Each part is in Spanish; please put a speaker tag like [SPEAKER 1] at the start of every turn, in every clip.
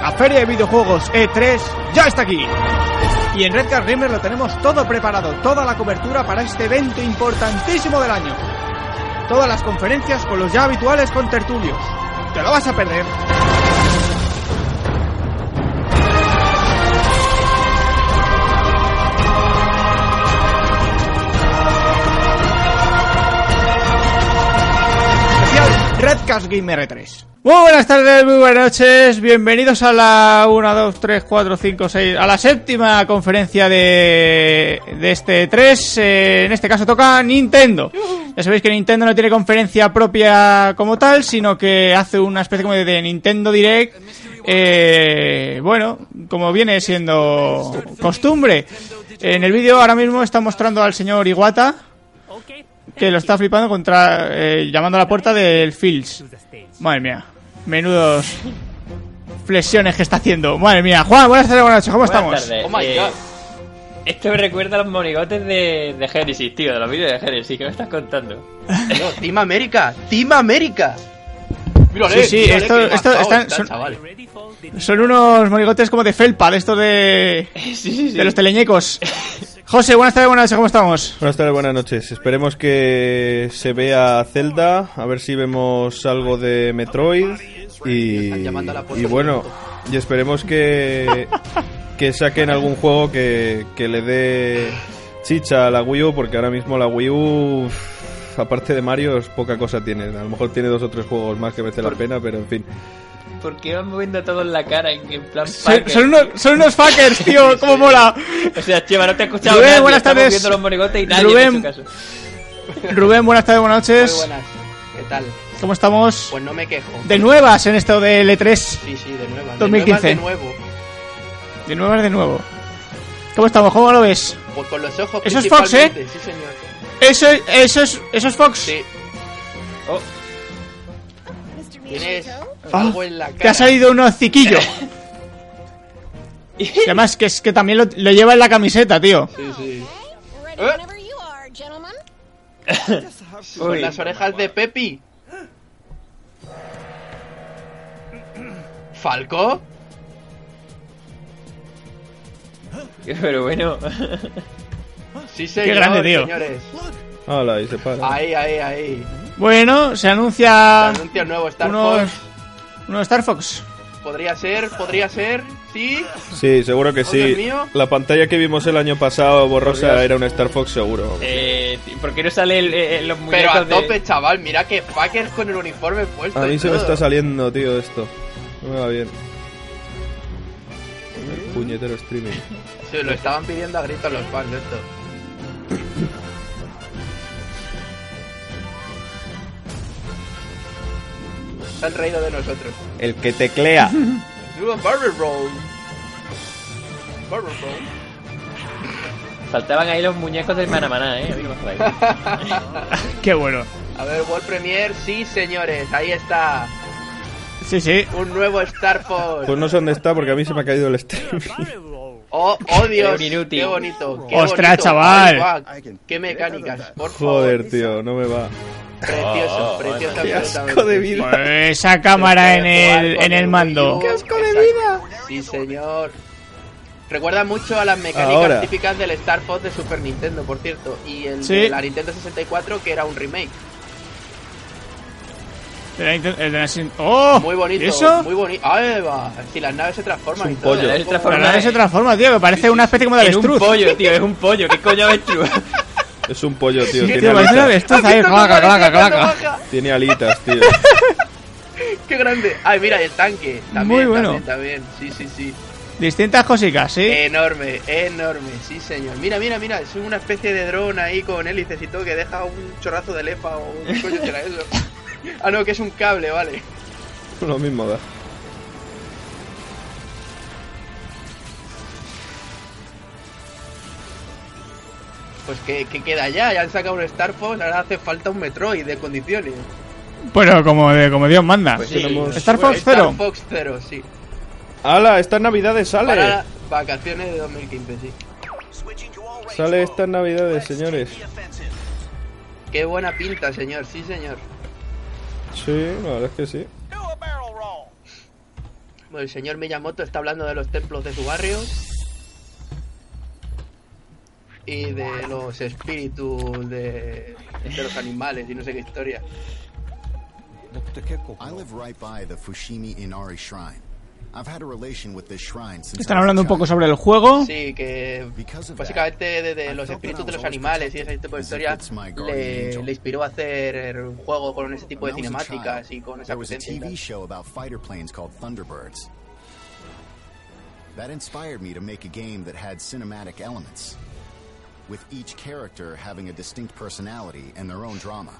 [SPEAKER 1] La feria de videojuegos E3 ya está aquí. Y en Red Card Gamer lo tenemos todo preparado, toda la cobertura para este evento importantísimo del año. Todas las conferencias con los ya habituales contertulios. Te lo vas a perder. Redcast Gamer E 3.
[SPEAKER 2] Muy buenas tardes, muy buenas noches, bienvenidos a la 1, 2, 3, 4, 5, 6, a la séptima conferencia de, de este 3, en este caso toca Nintendo. Ya sabéis que Nintendo no tiene conferencia propia como tal, sino que hace una especie como de Nintendo Direct, eh, bueno, como viene siendo costumbre. En el vídeo ahora mismo está mostrando al señor Iwata, que lo está flipando contra eh, llamando a la puerta del Fields. Madre mía, menudos flexiones que está haciendo. Madre mía, Juan, buenas tardes, buenas noches, ¿cómo
[SPEAKER 3] Buenas
[SPEAKER 2] estamos?
[SPEAKER 3] tardes.
[SPEAKER 4] Oh my
[SPEAKER 3] Eh,
[SPEAKER 4] God.
[SPEAKER 3] Esto me recuerda a los monigotes de, de Genesis, tío, de los vídeos de Genesis, que me estás contando.
[SPEAKER 4] No, Team América, Team América.
[SPEAKER 2] Sí,
[SPEAKER 4] eh,
[SPEAKER 2] sí, esto- esto están- son- Son unos monigotes como de felpa, de estos de,
[SPEAKER 3] Sí, sí, sí.
[SPEAKER 2] de los teleñecos. José, buenas tardes, buenas noches, ¿cómo estamos?
[SPEAKER 5] Buenas tardes, buenas noches. Esperemos que se vea Zelda, a ver si vemos algo de Metroid y,
[SPEAKER 4] Están llamando a la puerta
[SPEAKER 5] y
[SPEAKER 4] del
[SPEAKER 5] bueno, y esperemos que, que saquen algún juego que, que le dé chicha a la Wii U, porque ahora mismo la Wii U, uff, aparte de Mario, es poca cosa tiene. A lo mejor tiene dos o tres juegos más que merece la pena, pero en fin.
[SPEAKER 3] ¿Por qué van moviendo todos la cara en, en plan
[SPEAKER 2] Son,
[SPEAKER 3] Parker?
[SPEAKER 2] son unos, son unos fuckers, tío, cómo mola.
[SPEAKER 3] O sea, Chema, no te he escuchado
[SPEAKER 2] Rubén,
[SPEAKER 3] nadie,
[SPEAKER 2] buenas
[SPEAKER 3] estamos
[SPEAKER 2] tardes.
[SPEAKER 3] moviendo los monigotes y nadie
[SPEAKER 2] Rubén.
[SPEAKER 3] me ha hecho caso.
[SPEAKER 2] Rubén, buenas tardes, buenas
[SPEAKER 4] Muy
[SPEAKER 2] noches,
[SPEAKER 4] buenas. ¿Qué tal?
[SPEAKER 2] ¿cómo estamos?
[SPEAKER 4] Pues no me quejo.
[SPEAKER 2] De nuevas en esto de L3,
[SPEAKER 4] Sí, sí, de nuevo.
[SPEAKER 2] 2015.
[SPEAKER 4] De nuevo.
[SPEAKER 2] de nuevas de nuevo. ¿Cómo estamos? ¿Cómo lo ves?
[SPEAKER 4] Pues con los ojos.
[SPEAKER 2] Eso es Fox, ¿eh?
[SPEAKER 4] principalmente, Sí, señor.
[SPEAKER 2] Eso, eso, es, eso es Fox.
[SPEAKER 4] Sí.
[SPEAKER 3] Oh.
[SPEAKER 4] Tienes algo en la cara.
[SPEAKER 2] Ah. Te ha salido un hociquillo. Y Además, que es que también lo, lo lleva en la camiseta, tío.
[SPEAKER 4] Sí, sí.
[SPEAKER 6] Ready
[SPEAKER 4] Eh.
[SPEAKER 6] whenever you are, gentlemen.
[SPEAKER 4] Con las orejas de Pepi. ¿Falco?
[SPEAKER 3] Pero bueno,
[SPEAKER 4] Sí, señor.
[SPEAKER 2] grande, tío.
[SPEAKER 4] Señores.
[SPEAKER 5] Hola, y se para.
[SPEAKER 4] Ahí, ahí, ahí.
[SPEAKER 2] Bueno, se anuncia
[SPEAKER 4] Anuncio nuevo Star
[SPEAKER 2] Ah, unos,
[SPEAKER 4] Fox.
[SPEAKER 2] unos Star Fox.
[SPEAKER 4] Podría ser, podría ser. Sí.
[SPEAKER 5] Sí, seguro que
[SPEAKER 4] Oh, Dios
[SPEAKER 5] sí.
[SPEAKER 4] mío.
[SPEAKER 5] La pantalla que vimos el año pasado borrosa era una Star Fox, seguro.
[SPEAKER 3] eh, ¿por qué no sale el- eh, los
[SPEAKER 4] Pero
[SPEAKER 3] muñecos
[SPEAKER 4] a
[SPEAKER 3] de-
[SPEAKER 4] tope, chaval, mira que fuckers con el uniforme puesto.
[SPEAKER 5] A
[SPEAKER 4] y
[SPEAKER 5] mí se me
[SPEAKER 4] todo.
[SPEAKER 5] está saliendo, tío, esto. No me va bien. El puñetero streaming.
[SPEAKER 4] Se lo estaban pidiendo a gritos los fans esto. Se han reído de nosotros.
[SPEAKER 5] El que teclea.
[SPEAKER 4] Do a barrel roll. Barrel roll.
[SPEAKER 3] Faltaban ahí los muñecos del Manamaná, eh. A mí no me jodáis.
[SPEAKER 2] Qué bueno.
[SPEAKER 4] A ver, World Premiere, sí señores, ahí está.
[SPEAKER 2] Sí, sí.
[SPEAKER 4] Un nuevo Star Fox.
[SPEAKER 5] Pues no sé dónde está porque a mí se me ha caído el streaming.
[SPEAKER 4] Oh, oh Dios,
[SPEAKER 3] Un inútil.
[SPEAKER 4] qué bonito. Qué
[SPEAKER 2] Ostras,
[SPEAKER 4] bonito.
[SPEAKER 2] chaval.
[SPEAKER 4] Ay, guau, Qué mecánicas, por favor.
[SPEAKER 5] Joder, Ah, tío, no me va.
[SPEAKER 4] Precioso,
[SPEAKER 3] Oh,
[SPEAKER 4] precioso.
[SPEAKER 3] qué
[SPEAKER 4] absolutamente.
[SPEAKER 5] de vida.
[SPEAKER 2] Pues Esa cámara en el, en el mando.
[SPEAKER 4] ¡Qué asco de vida! Sí, señor. Recuerda mucho a las mecánicas
[SPEAKER 5] Ahora.
[SPEAKER 4] típicas del Star Fox de Super Nintendo, por cierto. Y el
[SPEAKER 2] Sí.
[SPEAKER 4] de la Nintendo 64, que era un remake.
[SPEAKER 2] De la Inter- el de la Sin- ¡Oh!
[SPEAKER 4] Muy bonito,
[SPEAKER 2] ¿y ¿Eso?
[SPEAKER 4] muy bonito. ¡Ahí va! Si las naves se transforman
[SPEAKER 5] Es un
[SPEAKER 4] y todo.
[SPEAKER 5] pollo.
[SPEAKER 3] Las naves se
[SPEAKER 2] La
[SPEAKER 3] transforman.
[SPEAKER 2] nave se transforma, tío, que parece una especie como de
[SPEAKER 3] En un
[SPEAKER 2] avestruz.
[SPEAKER 3] pollo, tío, es un pollo. ¿Qué coño avestruz?
[SPEAKER 5] Es un pollo, tío. Tiene
[SPEAKER 2] Tío, parece una
[SPEAKER 5] alitas.
[SPEAKER 2] avestruz ahí, claca, claca, claca.
[SPEAKER 5] Tiene alitas, tío.
[SPEAKER 4] ¡Qué grande! ¡Ay, mira, y el tanque! También,
[SPEAKER 2] Muy bueno.
[SPEAKER 4] También, también. Sí, sí, sí.
[SPEAKER 2] Distintas cositas, sí.
[SPEAKER 4] Eh, Enorme, enorme. Sí, señor. Mira, mira, mira. Es una especie de dron ahí con hélices y todo que deja un chorrazo de lefa o un coño que era eso. Ah, no, que es un cable, vale.
[SPEAKER 5] Lo mismo da.
[SPEAKER 4] pues que, que queda ya, ya han sacado un Star Fox, ahora hace falta un Metroid de condiciones.
[SPEAKER 2] Bueno, como, de- como Dios manda.
[SPEAKER 4] Pues
[SPEAKER 5] sí, tenemos-
[SPEAKER 2] Star Fox
[SPEAKER 4] Star
[SPEAKER 2] Zero.
[SPEAKER 4] Fox Zero, sí.
[SPEAKER 5] ¡Hala! Estas navidades sale.
[SPEAKER 4] Para vacaciones de 2015, sí.
[SPEAKER 5] Sale estas navidades, señores.
[SPEAKER 4] Qué buena pinta, señor, sí, señor.
[SPEAKER 5] Sí, la verdad es que sí.
[SPEAKER 4] Bueno, el señor Miyamoto está hablando de los templos de su barrio y de los espíritus de, de los animales y no sé qué historia.
[SPEAKER 6] I live right by the Fushimi Inari Shrine. I've had a relation with this shrine since
[SPEAKER 2] Están
[SPEAKER 6] I was a
[SPEAKER 2] hablando un poco
[SPEAKER 6] child.
[SPEAKER 2] sobre el juego.
[SPEAKER 4] Sí, que
[SPEAKER 6] Because of
[SPEAKER 4] básicamente de, de
[SPEAKER 6] I
[SPEAKER 4] los
[SPEAKER 6] felt that
[SPEAKER 4] espíritus de
[SPEAKER 6] I
[SPEAKER 4] los
[SPEAKER 6] was
[SPEAKER 4] animales y
[SPEAKER 6] protected,
[SPEAKER 4] ese tipo de
[SPEAKER 6] as if
[SPEAKER 4] historia
[SPEAKER 6] it's my guardian
[SPEAKER 4] le,
[SPEAKER 6] angel.
[SPEAKER 4] le inspiró a hacer un juego con ese tipo de
[SPEAKER 6] When I was a child,
[SPEAKER 4] cinemáticas y con esa
[SPEAKER 6] there was a
[SPEAKER 4] potencia. y tal.
[SPEAKER 6] TV show about fighter planes called Thunderbirds. That inspired me to make a game that had cinematic elements, with each character having a distinct personality and their own drama.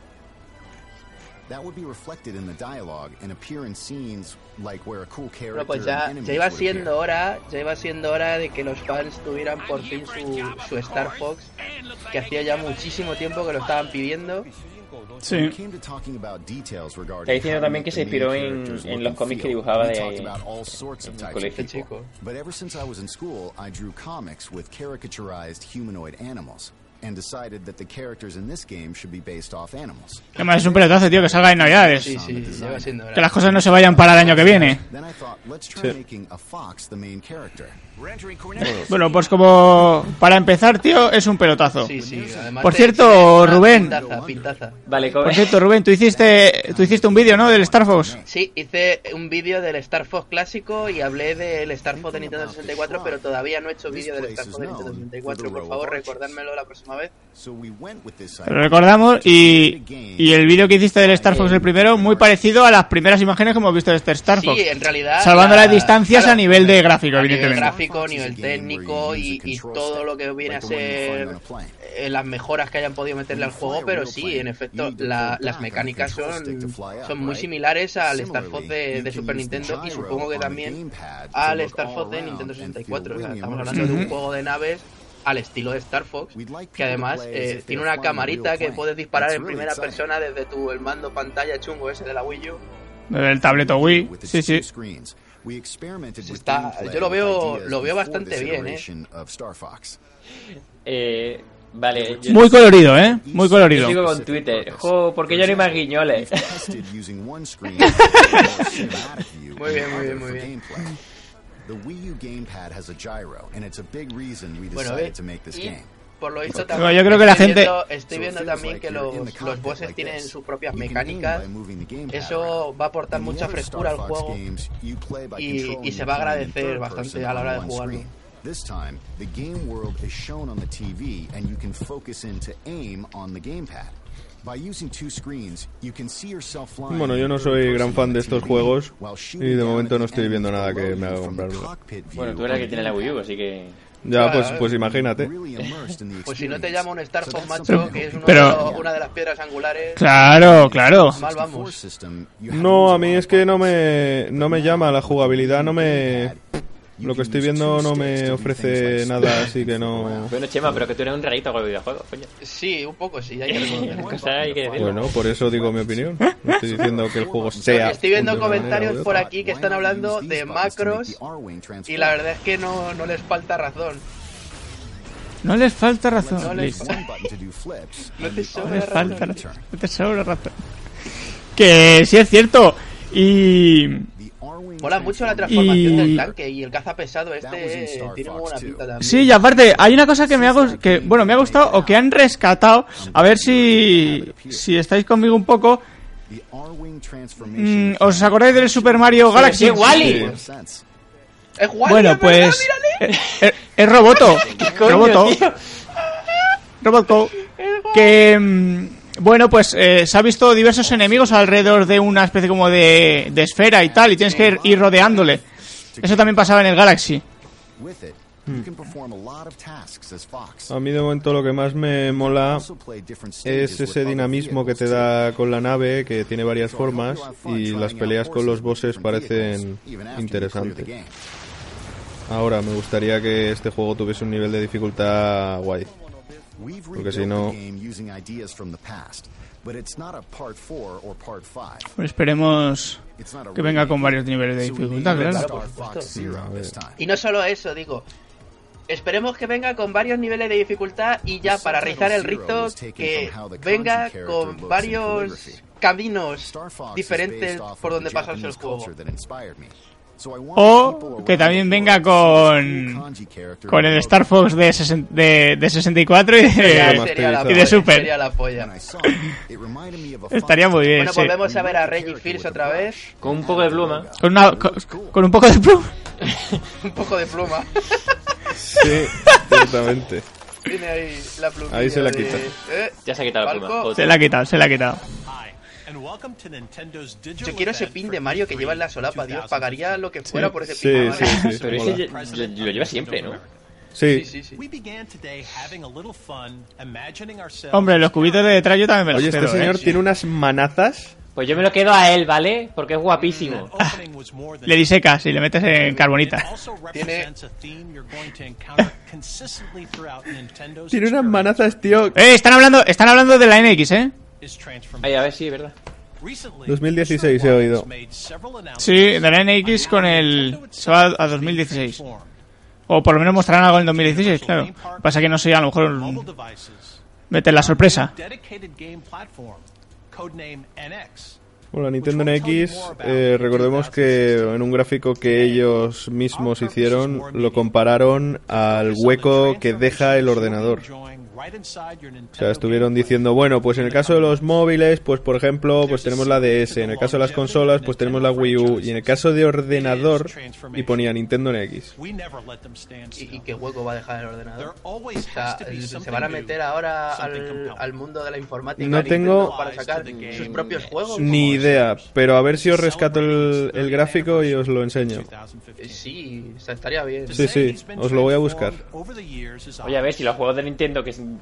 [SPEAKER 6] That would be reflected in the dialogue and appear in scenes like where a cool character
[SPEAKER 4] Bueno, pues
[SPEAKER 6] and
[SPEAKER 4] ya,
[SPEAKER 6] enemies
[SPEAKER 4] ya iba
[SPEAKER 6] would appear.
[SPEAKER 4] siendo hora, ya iba siendo hora de que los fans tuvieran por fin su, su Star Fox, que hacía ya muchísimo tiempo que lo estaban pidiendo.
[SPEAKER 6] When
[SPEAKER 2] Sí.
[SPEAKER 6] it came to talking about details
[SPEAKER 3] Está
[SPEAKER 6] regarding
[SPEAKER 3] diciendo
[SPEAKER 6] how to
[SPEAKER 3] también
[SPEAKER 6] make
[SPEAKER 3] que
[SPEAKER 6] the
[SPEAKER 3] se
[SPEAKER 6] main
[SPEAKER 3] inspiró en-
[SPEAKER 6] characters
[SPEAKER 3] en
[SPEAKER 6] look
[SPEAKER 3] los
[SPEAKER 6] and
[SPEAKER 3] cómics que
[SPEAKER 6] feel.
[SPEAKER 3] dibujaba
[SPEAKER 6] We
[SPEAKER 3] de-
[SPEAKER 6] talked about all sorts of
[SPEAKER 3] en
[SPEAKER 6] types
[SPEAKER 3] el
[SPEAKER 6] of
[SPEAKER 3] colegio.
[SPEAKER 4] Este
[SPEAKER 6] people.
[SPEAKER 4] chico.
[SPEAKER 6] But ever since I was in school, I drew comics with caricaturized humanoid animals and decided that the characters in this game should be based off animals.
[SPEAKER 2] Además, es un pelotazo, tío, que salga en Navidades.
[SPEAKER 4] Sí, sí, ya iba siendo
[SPEAKER 2] Que las
[SPEAKER 4] hora.
[SPEAKER 2] cosas no se vayan para el año que viene.
[SPEAKER 6] Then I thought, let's try making a fox the main character.
[SPEAKER 2] Bueno, pues como para empezar, tío, es un pelotazo.
[SPEAKER 4] Sí, sí, además
[SPEAKER 2] Por
[SPEAKER 4] te-
[SPEAKER 2] cierto,
[SPEAKER 4] tiene una
[SPEAKER 2] Rubén.
[SPEAKER 4] Pintaza, pintaza.
[SPEAKER 3] Vale, co-
[SPEAKER 2] Por cierto, Rubén, tú hiciste, tú hiciste un vídeo, ¿no? Del Star Fox.
[SPEAKER 4] Sí, hice un vídeo del Star Fox clásico y hablé del Star Fox de Nintendo 64, pero todavía no he hecho vídeo del Star Fox de Nintendo 64. Por favor, recordármelo la próxima vez.
[SPEAKER 6] So we went with this
[SPEAKER 2] Te Lo recordamos y, y el vídeo que hiciste del Star Fox el primero, muy parecido a las primeras imágenes que hemos visto de este Star Fox.
[SPEAKER 4] Sí, en realidad.
[SPEAKER 2] Salvando
[SPEAKER 4] la-
[SPEAKER 2] las distancias
[SPEAKER 4] claro,
[SPEAKER 2] a nivel de gráfico,
[SPEAKER 4] a nivel
[SPEAKER 2] evidentemente.
[SPEAKER 4] gráfico, nivel técnico y, y todo lo que viene a ser eh, las mejoras que hayan podido meterle al juego, pero sí, en efecto, la- las mecánicas son, son muy similares al Star Fox de, de Super Nintendo y supongo que también al Star Fox de Nintendo 64. O sea, estamos hablando de un juego de naves al estilo de Star Fox, que además eh, tiene una camarita que puedes disparar en primera persona desde tu el mando pantalla chungo ese de la Wii U.
[SPEAKER 2] Del tableto Wii. Sí, sí.
[SPEAKER 4] Está- yo lo veo- lo veo bastante bien, ¿eh?
[SPEAKER 3] eh, vale, yo,
[SPEAKER 2] Muy colorido, ¿eh? Muy
[SPEAKER 3] yo
[SPEAKER 2] colorido.
[SPEAKER 3] sigo con Twitter. Jo, ¿por qué ya no hay más guiñoles?
[SPEAKER 4] Muy bien, muy bien, muy bien.
[SPEAKER 6] The Wii U gamepad has a gyro, and it's a big reason we
[SPEAKER 4] Bueno,
[SPEAKER 6] decided
[SPEAKER 4] eh,
[SPEAKER 6] to make this
[SPEAKER 4] y-
[SPEAKER 6] game.
[SPEAKER 4] Por lo visto
[SPEAKER 6] Yo
[SPEAKER 4] también.
[SPEAKER 2] creo que la
[SPEAKER 4] estoy
[SPEAKER 2] gente-
[SPEAKER 4] viendo- estoy
[SPEAKER 6] So it
[SPEAKER 4] viendo
[SPEAKER 6] feels
[SPEAKER 4] también
[SPEAKER 6] like
[SPEAKER 4] que
[SPEAKER 6] you're in the
[SPEAKER 4] los, los
[SPEAKER 6] cockpit
[SPEAKER 4] bosses
[SPEAKER 6] like
[SPEAKER 4] tienen
[SPEAKER 6] this.
[SPEAKER 4] sus propias
[SPEAKER 6] You can aim
[SPEAKER 4] mecánicas.
[SPEAKER 6] by moving the gamepad
[SPEAKER 4] Eso
[SPEAKER 6] around.
[SPEAKER 4] va a aportar
[SPEAKER 6] In the
[SPEAKER 4] mucha
[SPEAKER 6] other
[SPEAKER 4] frescura al
[SPEAKER 6] Star Fox
[SPEAKER 4] juego.
[SPEAKER 6] games, you play by
[SPEAKER 4] y-
[SPEAKER 6] controlling
[SPEAKER 4] y se
[SPEAKER 6] the
[SPEAKER 4] va a
[SPEAKER 6] plane in
[SPEAKER 4] agradecer
[SPEAKER 6] third
[SPEAKER 4] bastante
[SPEAKER 6] person
[SPEAKER 4] a la hora de
[SPEAKER 6] on one
[SPEAKER 4] jugarlo.
[SPEAKER 6] screen. This time, the game world is shown on the TV and you can focus in to aim on the gamepad. By using two screens, you can see yourself flying
[SPEAKER 5] Bueno, yo no
[SPEAKER 6] in
[SPEAKER 5] soy
[SPEAKER 6] third
[SPEAKER 5] gran
[SPEAKER 6] person
[SPEAKER 5] fan
[SPEAKER 6] on the
[SPEAKER 5] de estos
[SPEAKER 6] TV,
[SPEAKER 5] juegos,
[SPEAKER 6] while
[SPEAKER 5] y
[SPEAKER 6] shooting
[SPEAKER 5] de
[SPEAKER 6] down
[SPEAKER 5] momento
[SPEAKER 6] at
[SPEAKER 5] no
[SPEAKER 6] the
[SPEAKER 5] estoy viendo
[SPEAKER 6] enemies
[SPEAKER 5] nada que
[SPEAKER 6] below
[SPEAKER 5] me
[SPEAKER 6] you
[SPEAKER 5] haga
[SPEAKER 6] from the
[SPEAKER 5] comprarlo.
[SPEAKER 6] cockpit view
[SPEAKER 3] Bueno, tú eres la que
[SPEAKER 6] on
[SPEAKER 3] tiene
[SPEAKER 6] the
[SPEAKER 3] la Wii U,
[SPEAKER 6] gamepad.
[SPEAKER 3] así que...
[SPEAKER 5] Ya, pues,
[SPEAKER 4] Claro.
[SPEAKER 5] pues imagínate.
[SPEAKER 4] Pues si no te llama un Star Fox macho,
[SPEAKER 2] Pero-
[SPEAKER 4] que es uno
[SPEAKER 2] pero-
[SPEAKER 4] de los- una de las piedras angulares,
[SPEAKER 2] Claro, claro.
[SPEAKER 4] mal vamos.
[SPEAKER 5] No, a mí es que no me, no me llama la jugabilidad, no me... Lo que estoy viendo no me ofrece nada, así que no...
[SPEAKER 3] Bueno, Chema, pero que tú eres un rarito con los videojuegos, coño.
[SPEAKER 4] Sí, un poco sí, hay que reconocerlo.
[SPEAKER 3] Cosas hay que decirlo.
[SPEAKER 5] Bueno, ¿Eh? por eso digo mi opinión. No estoy diciendo que el juego sea...
[SPEAKER 4] Estoy viendo
[SPEAKER 5] de una manera
[SPEAKER 4] comentarios
[SPEAKER 5] u otra.
[SPEAKER 4] por aquí que están hablando de macros Y la verdad es que no, no les falta razón.
[SPEAKER 2] No les falta razón.
[SPEAKER 4] No les
[SPEAKER 2] Luis.
[SPEAKER 4] No te
[SPEAKER 2] No me
[SPEAKER 4] sobra razón.
[SPEAKER 2] falta la- no te sobra razón. Que sí es cierto. Y.
[SPEAKER 4] Mola mucho la transformación
[SPEAKER 2] Y-
[SPEAKER 4] del tanque y el caza pesado
[SPEAKER 6] That was in
[SPEAKER 4] este
[SPEAKER 6] Star
[SPEAKER 4] tiene muy
[SPEAKER 6] Fox
[SPEAKER 4] buena
[SPEAKER 6] 2.
[SPEAKER 4] pinta también.
[SPEAKER 2] Sí, y aparte, hay una cosa que me ha gus- que bueno, me ha gustado o que han rescatado. A ver si. Si estáis conmigo un poco. Mm, ¿Os acordáis del Super Mario Galaxy?
[SPEAKER 3] sí, Wally.
[SPEAKER 4] Es guay,
[SPEAKER 2] Bueno,
[SPEAKER 4] es verdad,
[SPEAKER 2] pues.
[SPEAKER 4] mírale.
[SPEAKER 2] eh, eh, Es Roboto.
[SPEAKER 3] coño,
[SPEAKER 2] Roboto.
[SPEAKER 3] tío?
[SPEAKER 2] Robotco. Que. mm, Bueno, pues eh, se ha visto diversos enemigos alrededor de una especie como de, de esfera y tal, y tienes que ir- ir rodeándole. Eso también pasaba en el Galaxy.
[SPEAKER 6] With it,
[SPEAKER 5] Hmm.
[SPEAKER 6] you can perform a lot of tasks as Fox.
[SPEAKER 5] A mí de momento lo que más me mola
[SPEAKER 6] Also play different stages
[SPEAKER 5] Ah, es
[SPEAKER 6] with
[SPEAKER 5] ese
[SPEAKER 6] other
[SPEAKER 5] dinamismo que te
[SPEAKER 6] vehicles,
[SPEAKER 5] da con la nave, que tiene varias formas, y las peleas con los bosses parecen interesantes. Ahora, me gustaría que este juego tuviese un nivel de dificultad guay.
[SPEAKER 6] We've
[SPEAKER 5] Porque
[SPEAKER 6] rebuilt
[SPEAKER 5] si no-
[SPEAKER 6] the game using ideas from the past, but it's not a part 4 or part 5.
[SPEAKER 2] Pues Esperemos
[SPEAKER 6] It's not a
[SPEAKER 2] que venga
[SPEAKER 6] remake,
[SPEAKER 2] con varios niveles de
[SPEAKER 6] so we need
[SPEAKER 2] dificultad,
[SPEAKER 6] to
[SPEAKER 2] claro.
[SPEAKER 6] start Fox Zero this time.
[SPEAKER 4] Y no solo eso, digo. Esperemos que venga con varios niveles de dificultad y ya para rizar el rito que venga con varios caminos
[SPEAKER 6] Star Fox is
[SPEAKER 4] diferentes
[SPEAKER 6] based off
[SPEAKER 4] por
[SPEAKER 6] of the
[SPEAKER 4] donde pasarse el
[SPEAKER 6] Japanese
[SPEAKER 4] juego.
[SPEAKER 6] culture that inspired me. So I want people
[SPEAKER 2] O
[SPEAKER 6] around
[SPEAKER 2] que también
[SPEAKER 6] the
[SPEAKER 2] venga
[SPEAKER 6] world to see this new
[SPEAKER 2] con,
[SPEAKER 6] kanji character
[SPEAKER 2] con el
[SPEAKER 6] without
[SPEAKER 2] Star Fox de, sesen- de, de 64 y
[SPEAKER 4] Ya
[SPEAKER 2] de...
[SPEAKER 5] más.
[SPEAKER 4] sería la
[SPEAKER 5] Y
[SPEAKER 2] de
[SPEAKER 4] polla,
[SPEAKER 2] Super.
[SPEAKER 4] sería la
[SPEAKER 6] when I
[SPEAKER 4] polla.
[SPEAKER 6] saw it, it reminded me of a
[SPEAKER 2] Estaría muy bien,
[SPEAKER 4] Bueno,
[SPEAKER 2] sí.
[SPEAKER 4] volvemos a ver a Reggie Fils otra vez.
[SPEAKER 3] Con un poco de pluma.
[SPEAKER 2] Con, una- con, con un poco de plum.
[SPEAKER 4] Un poco de pluma.
[SPEAKER 5] Sí, ciertamente.
[SPEAKER 4] Tiene ahí la pluma.
[SPEAKER 5] Ahí se la
[SPEAKER 4] de-
[SPEAKER 5] quita.
[SPEAKER 4] ¿Eh?
[SPEAKER 3] Ya se ha quitado la pluma.
[SPEAKER 4] Falco.
[SPEAKER 3] Joder.
[SPEAKER 2] Se la ha quitado, se la ha quitado.
[SPEAKER 4] Yo quiero ese pin de Mario
[SPEAKER 7] E
[SPEAKER 4] que lleva en la solapa, Dios. Pagaría lo que fuera por ese
[SPEAKER 5] Sí,
[SPEAKER 4] pin.
[SPEAKER 5] sí, sí.
[SPEAKER 3] Pero
[SPEAKER 5] mola.
[SPEAKER 3] ese lle- lo, lo lleva siempre, ¿no?
[SPEAKER 5] Sí,
[SPEAKER 4] Sí, sí, sí.
[SPEAKER 2] Hombre, los cubitos de detrás yo también me los
[SPEAKER 5] Oye, este
[SPEAKER 2] quedo, ¿eh?
[SPEAKER 5] señor tiene unas manazas.
[SPEAKER 3] Pues yo me lo quedo a él, ¿vale? Porque es guapísimo.
[SPEAKER 2] Le disecas y le metes en carbonita.
[SPEAKER 4] Tiene-
[SPEAKER 5] Tiene unas manazas, tío.
[SPEAKER 2] Eh, están hablando, están hablando de la NX, ¿eh?
[SPEAKER 3] Ahí, a ver, sí, ¿verdad?
[SPEAKER 5] 2016 he oído.
[SPEAKER 2] Sí, de la NX con el... Se va a 2016. O por lo menos mostrarán algo en 2016, claro. Pasa que no sé, a lo mejor meter la sorpresa.
[SPEAKER 5] Bueno, la Nintendo NX, eh, recordemos que en un gráfico que ellos mismos hicieron, lo compararon al hueco que deja el ordenador. O sea, estuvieron diciendo, bueno, pues en el caso de los móviles, pues por ejemplo, pues tenemos la DS, en el caso de las consolas, pues tenemos la Wii U, y en el caso de ordenador, y ponía Nintendo NX.
[SPEAKER 4] ¿Y, y qué hueco va a dejar el ordenador?
[SPEAKER 7] O
[SPEAKER 4] O sea, se van a meter ahora al, al mundo de la informática
[SPEAKER 5] No
[SPEAKER 4] a Nintendo,
[SPEAKER 5] tengo-
[SPEAKER 4] para sacar sus propios juegos.
[SPEAKER 5] Ni idea, pero a ver si os rescato el, el gráfico y os lo enseño.
[SPEAKER 4] Eh, Sí, o sea, estaría bien.
[SPEAKER 5] Sí, sí, os lo voy a buscar.
[SPEAKER 3] Oye, a ver, si los juegos de Nintendo, que son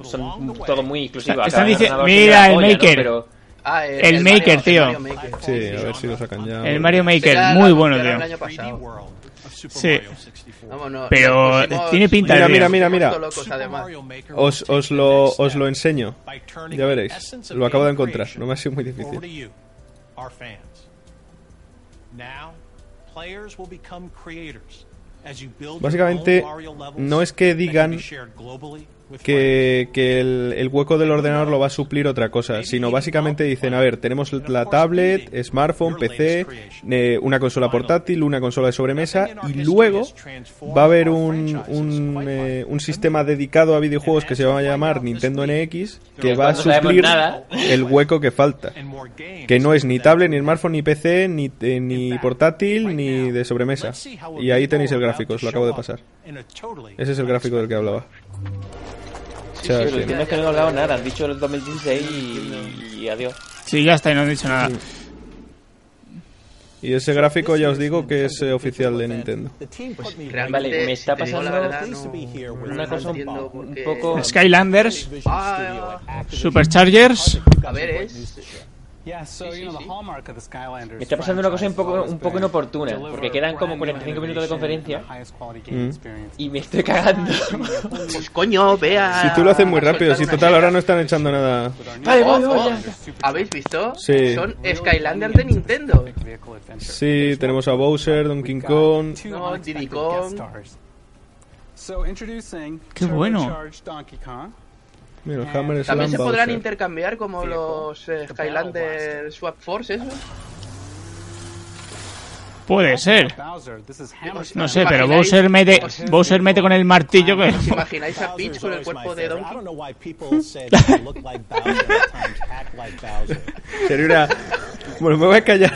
[SPEAKER 3] todos muy inclusivos. acaban
[SPEAKER 2] Están
[SPEAKER 3] en
[SPEAKER 2] diciendo-
[SPEAKER 3] ordenador,
[SPEAKER 2] mira,
[SPEAKER 3] que
[SPEAKER 2] el
[SPEAKER 3] es una
[SPEAKER 2] Maker.
[SPEAKER 3] Pero
[SPEAKER 4] Ah,
[SPEAKER 2] El Maker,
[SPEAKER 4] Mario-
[SPEAKER 2] tío.
[SPEAKER 4] Mario Maker.
[SPEAKER 5] Sí, a ver si lo sacan ya.
[SPEAKER 2] El Mario
[SPEAKER 4] Será
[SPEAKER 2] Maker,
[SPEAKER 4] la
[SPEAKER 2] muy bueno,
[SPEAKER 4] versión del
[SPEAKER 2] tío.
[SPEAKER 4] año pasado.
[SPEAKER 2] Sí.
[SPEAKER 4] Vamos, no,
[SPEAKER 2] Pero eh,
[SPEAKER 4] nos pusimos-
[SPEAKER 2] tiene pinta de...
[SPEAKER 5] Mira, mira,
[SPEAKER 2] bien.
[SPEAKER 5] mira, mira.
[SPEAKER 4] Pusimos locos, además.
[SPEAKER 5] Os, os, lo, os lo enseño. Ya veréis. Lo acabo de encontrar. No me ha sido muy difícil.
[SPEAKER 7] difícil.
[SPEAKER 5] Básicamente, no es que digan Que, que el, el hueco del ordenador lo va a suplir otra cosa, sino básicamente dicen, a ver, tenemos la tablet, smartphone, PC, eh, una consola portátil, una consola de sobremesa y luego va a haber un, un, eh, un sistema dedicado a videojuegos que se va a llamar Nintendo NX que va a
[SPEAKER 3] No sabemos
[SPEAKER 5] suplir
[SPEAKER 3] nada.
[SPEAKER 5] el hueco que falta. Que no es ni tablet, ni smartphone, ni PC, ni, eh, ni portátil, ni de sobremesa. Y ahí tenéis el gráfico, os lo acabo de pasar. Ese es el gráfico del que hablaba. O sea,
[SPEAKER 3] pero
[SPEAKER 5] que-
[SPEAKER 3] lo entiendo es que no he hablado nada. Han dicho el 2016 y, y adiós.
[SPEAKER 2] Sí, ya está, y no han dicho nada.
[SPEAKER 5] Y ese gráfico ya os digo que es eh, oficial de Nintendo.
[SPEAKER 4] Realmente,
[SPEAKER 3] Vale, me está
[SPEAKER 4] si te digo la
[SPEAKER 3] pasando
[SPEAKER 4] verdad, no-
[SPEAKER 3] Una cosa un,
[SPEAKER 4] entiendo por
[SPEAKER 3] un
[SPEAKER 4] qué-
[SPEAKER 3] poco...
[SPEAKER 2] Skylanders,
[SPEAKER 4] Ah,
[SPEAKER 2] Superchargers...
[SPEAKER 4] a ver, ¿eh? es...
[SPEAKER 3] Me está pasando una cosa un poco, un poco inoportuna, porque quedan como 45 minutos de conferencia Mm. y me estoy cagando.
[SPEAKER 4] Pues coño, vea...
[SPEAKER 5] Si tú lo haces muy rápido, si total ahora no están echando nada.
[SPEAKER 3] vale, voy, voy,
[SPEAKER 4] Oh,
[SPEAKER 3] ya.
[SPEAKER 4] ¿Habéis visto?
[SPEAKER 5] Sí.
[SPEAKER 4] Son Skylanders de Nintendo.
[SPEAKER 5] Sí, tenemos a Bowser, Donkey Kong.
[SPEAKER 4] No, Diddy Kong.
[SPEAKER 2] Qué bueno.
[SPEAKER 5] Mira, el Hammer
[SPEAKER 4] También
[SPEAKER 5] Slam
[SPEAKER 4] se podrán
[SPEAKER 5] Bowser.
[SPEAKER 4] intercambiar como los eh, Skylanders Swap Force, eso.
[SPEAKER 2] Puede ser. No sé,
[SPEAKER 4] ¿Os
[SPEAKER 2] pero
[SPEAKER 4] imagináis-
[SPEAKER 2] Bowser mete,
[SPEAKER 4] os-
[SPEAKER 2] Bowser mete con el martillo que...
[SPEAKER 4] ¿Os imagináis a Peach con el cuerpo de Donkey?
[SPEAKER 5] Sería una- Bueno, me voy a callar.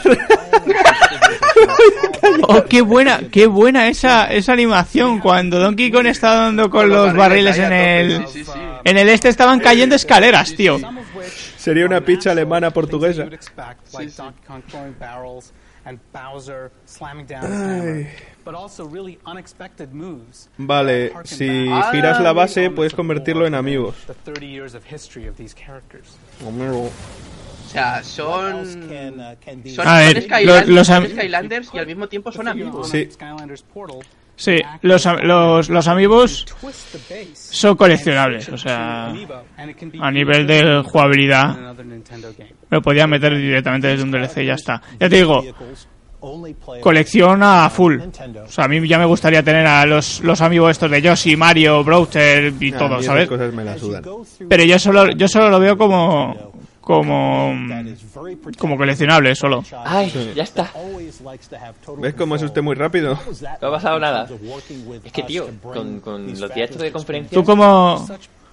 [SPEAKER 2] Oh, qué buena, qué buena esa, esa animación cuando Donkey Kong está dando con los barriles en el...
[SPEAKER 4] Sí, sí, sí.
[SPEAKER 2] En el este estaban cayendo escaleras, tío.
[SPEAKER 5] Sería una pizza alemana portuguesa. Vale, si giras la base puedes convertirlo en amigos.
[SPEAKER 4] O sea, son... Son,
[SPEAKER 7] uh,
[SPEAKER 2] A ver,
[SPEAKER 4] son Skylanders,
[SPEAKER 2] los- los am-
[SPEAKER 4] son Skylanders y al mismo tiempo son amigos.
[SPEAKER 5] Sí,
[SPEAKER 2] Sí, los, a- los, los amigos son coleccionables, o sea, a nivel de jugabilidad lo podían meter directamente desde un DLC y ya está. Ya te digo, colección a full. O sea, a mí ya me gustaría tener a los, los amigos estos de Yoshi, Mario, Browser y
[SPEAKER 5] Nah, a mí
[SPEAKER 2] todo,
[SPEAKER 5] esas
[SPEAKER 2] ¿sabes?
[SPEAKER 5] Ah, cosas me las sudan.
[SPEAKER 2] Pero yo solo, yo solo lo veo como, como, como coleccionable solo.
[SPEAKER 3] Ay, ya está.
[SPEAKER 5] ¿Ves cómo es usted muy rápido?
[SPEAKER 3] No ha pasado nada. Es que, tío, con, con los días estos de conferencia...
[SPEAKER 2] ¿Tú cómo,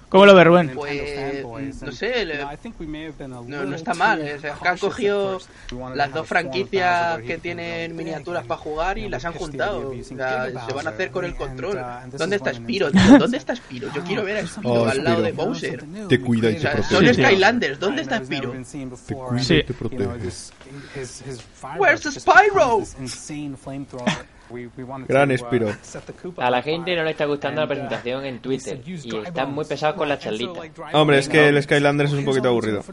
[SPEAKER 2] cómo lo ves, Rubén?
[SPEAKER 4] Pues, no sé, le-
[SPEAKER 7] no,
[SPEAKER 4] No, no está mal, eh, o sea, que han cogido las dos franquicias que tienen miniaturas para jugar y las han juntado. O sea, se van a hacer con el control. ¿Dónde está Spiro, tío? ¿Dónde está Spiro? Yo quiero ver a Spiro
[SPEAKER 5] Oh,
[SPEAKER 4] al lado de
[SPEAKER 5] Spyro.
[SPEAKER 4] Bowser.
[SPEAKER 5] Te cuida y
[SPEAKER 4] O
[SPEAKER 5] te
[SPEAKER 4] sea,
[SPEAKER 5] protege.
[SPEAKER 4] son
[SPEAKER 2] sí.
[SPEAKER 4] Skylanders, ¿dónde está Spiro?
[SPEAKER 2] Sí.
[SPEAKER 5] te protege.
[SPEAKER 4] Where's the Spyro?
[SPEAKER 5] Gran
[SPEAKER 4] uh,
[SPEAKER 5] Spyro.
[SPEAKER 3] A la gente no le está gustando la presentación en Twitter y están muy pesados con la charlita.
[SPEAKER 5] Hombre, es que el Skylanders es un poquito aburrido.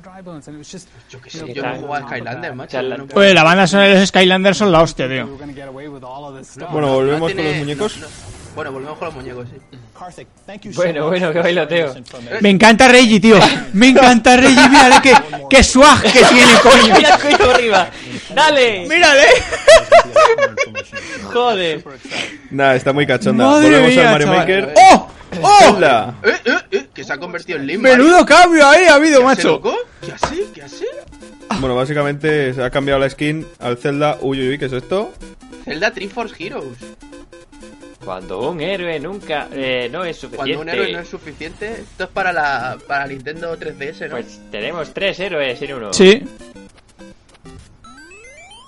[SPEAKER 4] Yo qué sé, yo no he jugado a Skylanders, macho.
[SPEAKER 3] Charla-
[SPEAKER 4] No-
[SPEAKER 2] Oye, la banda sonora de los Skylanders son la hostia, tío.
[SPEAKER 5] Bueno, volvemos con los
[SPEAKER 4] tiene-
[SPEAKER 5] muñecos.
[SPEAKER 4] no, no. Bueno, volvemos con los muñecos, sí.
[SPEAKER 3] Bueno, bueno, qué bailoteo.
[SPEAKER 2] Me encanta Reggie, tío. Me encanta Reggie. Mírale qué, qué swag que tiene, coño.
[SPEAKER 3] ¡Mira el cuello arriba! ¡Dale!
[SPEAKER 2] Mírale.
[SPEAKER 3] ¡Joder!
[SPEAKER 5] Nah, está muy cachonda.
[SPEAKER 2] Madre
[SPEAKER 5] Volvemos
[SPEAKER 2] mía,
[SPEAKER 5] al Mario
[SPEAKER 2] chaval.
[SPEAKER 5] Maker.
[SPEAKER 2] ¡Oh! ¡Oh!
[SPEAKER 5] ¡Hola!
[SPEAKER 4] Eh, eh, eh, que se ha convertido en Limbo.
[SPEAKER 2] Menudo cambio ahí ha habido,
[SPEAKER 4] ¿Qué hace,
[SPEAKER 2] macho.
[SPEAKER 4] loco? ¿Qué hace? ¿Qué hace?
[SPEAKER 5] Bueno, básicamente se ha cambiado la skin al Zelda. Uy, uy, uy, ¿qué es esto?
[SPEAKER 4] Zelda Triforce Heroes.
[SPEAKER 3] Cuando un héroe nunca... eh, no es suficiente.
[SPEAKER 4] Cuando un héroe no es suficiente, esto es para la para Nintendo 3DS, ¿no?
[SPEAKER 3] Pues tenemos tres héroes en uno.
[SPEAKER 2] Sí.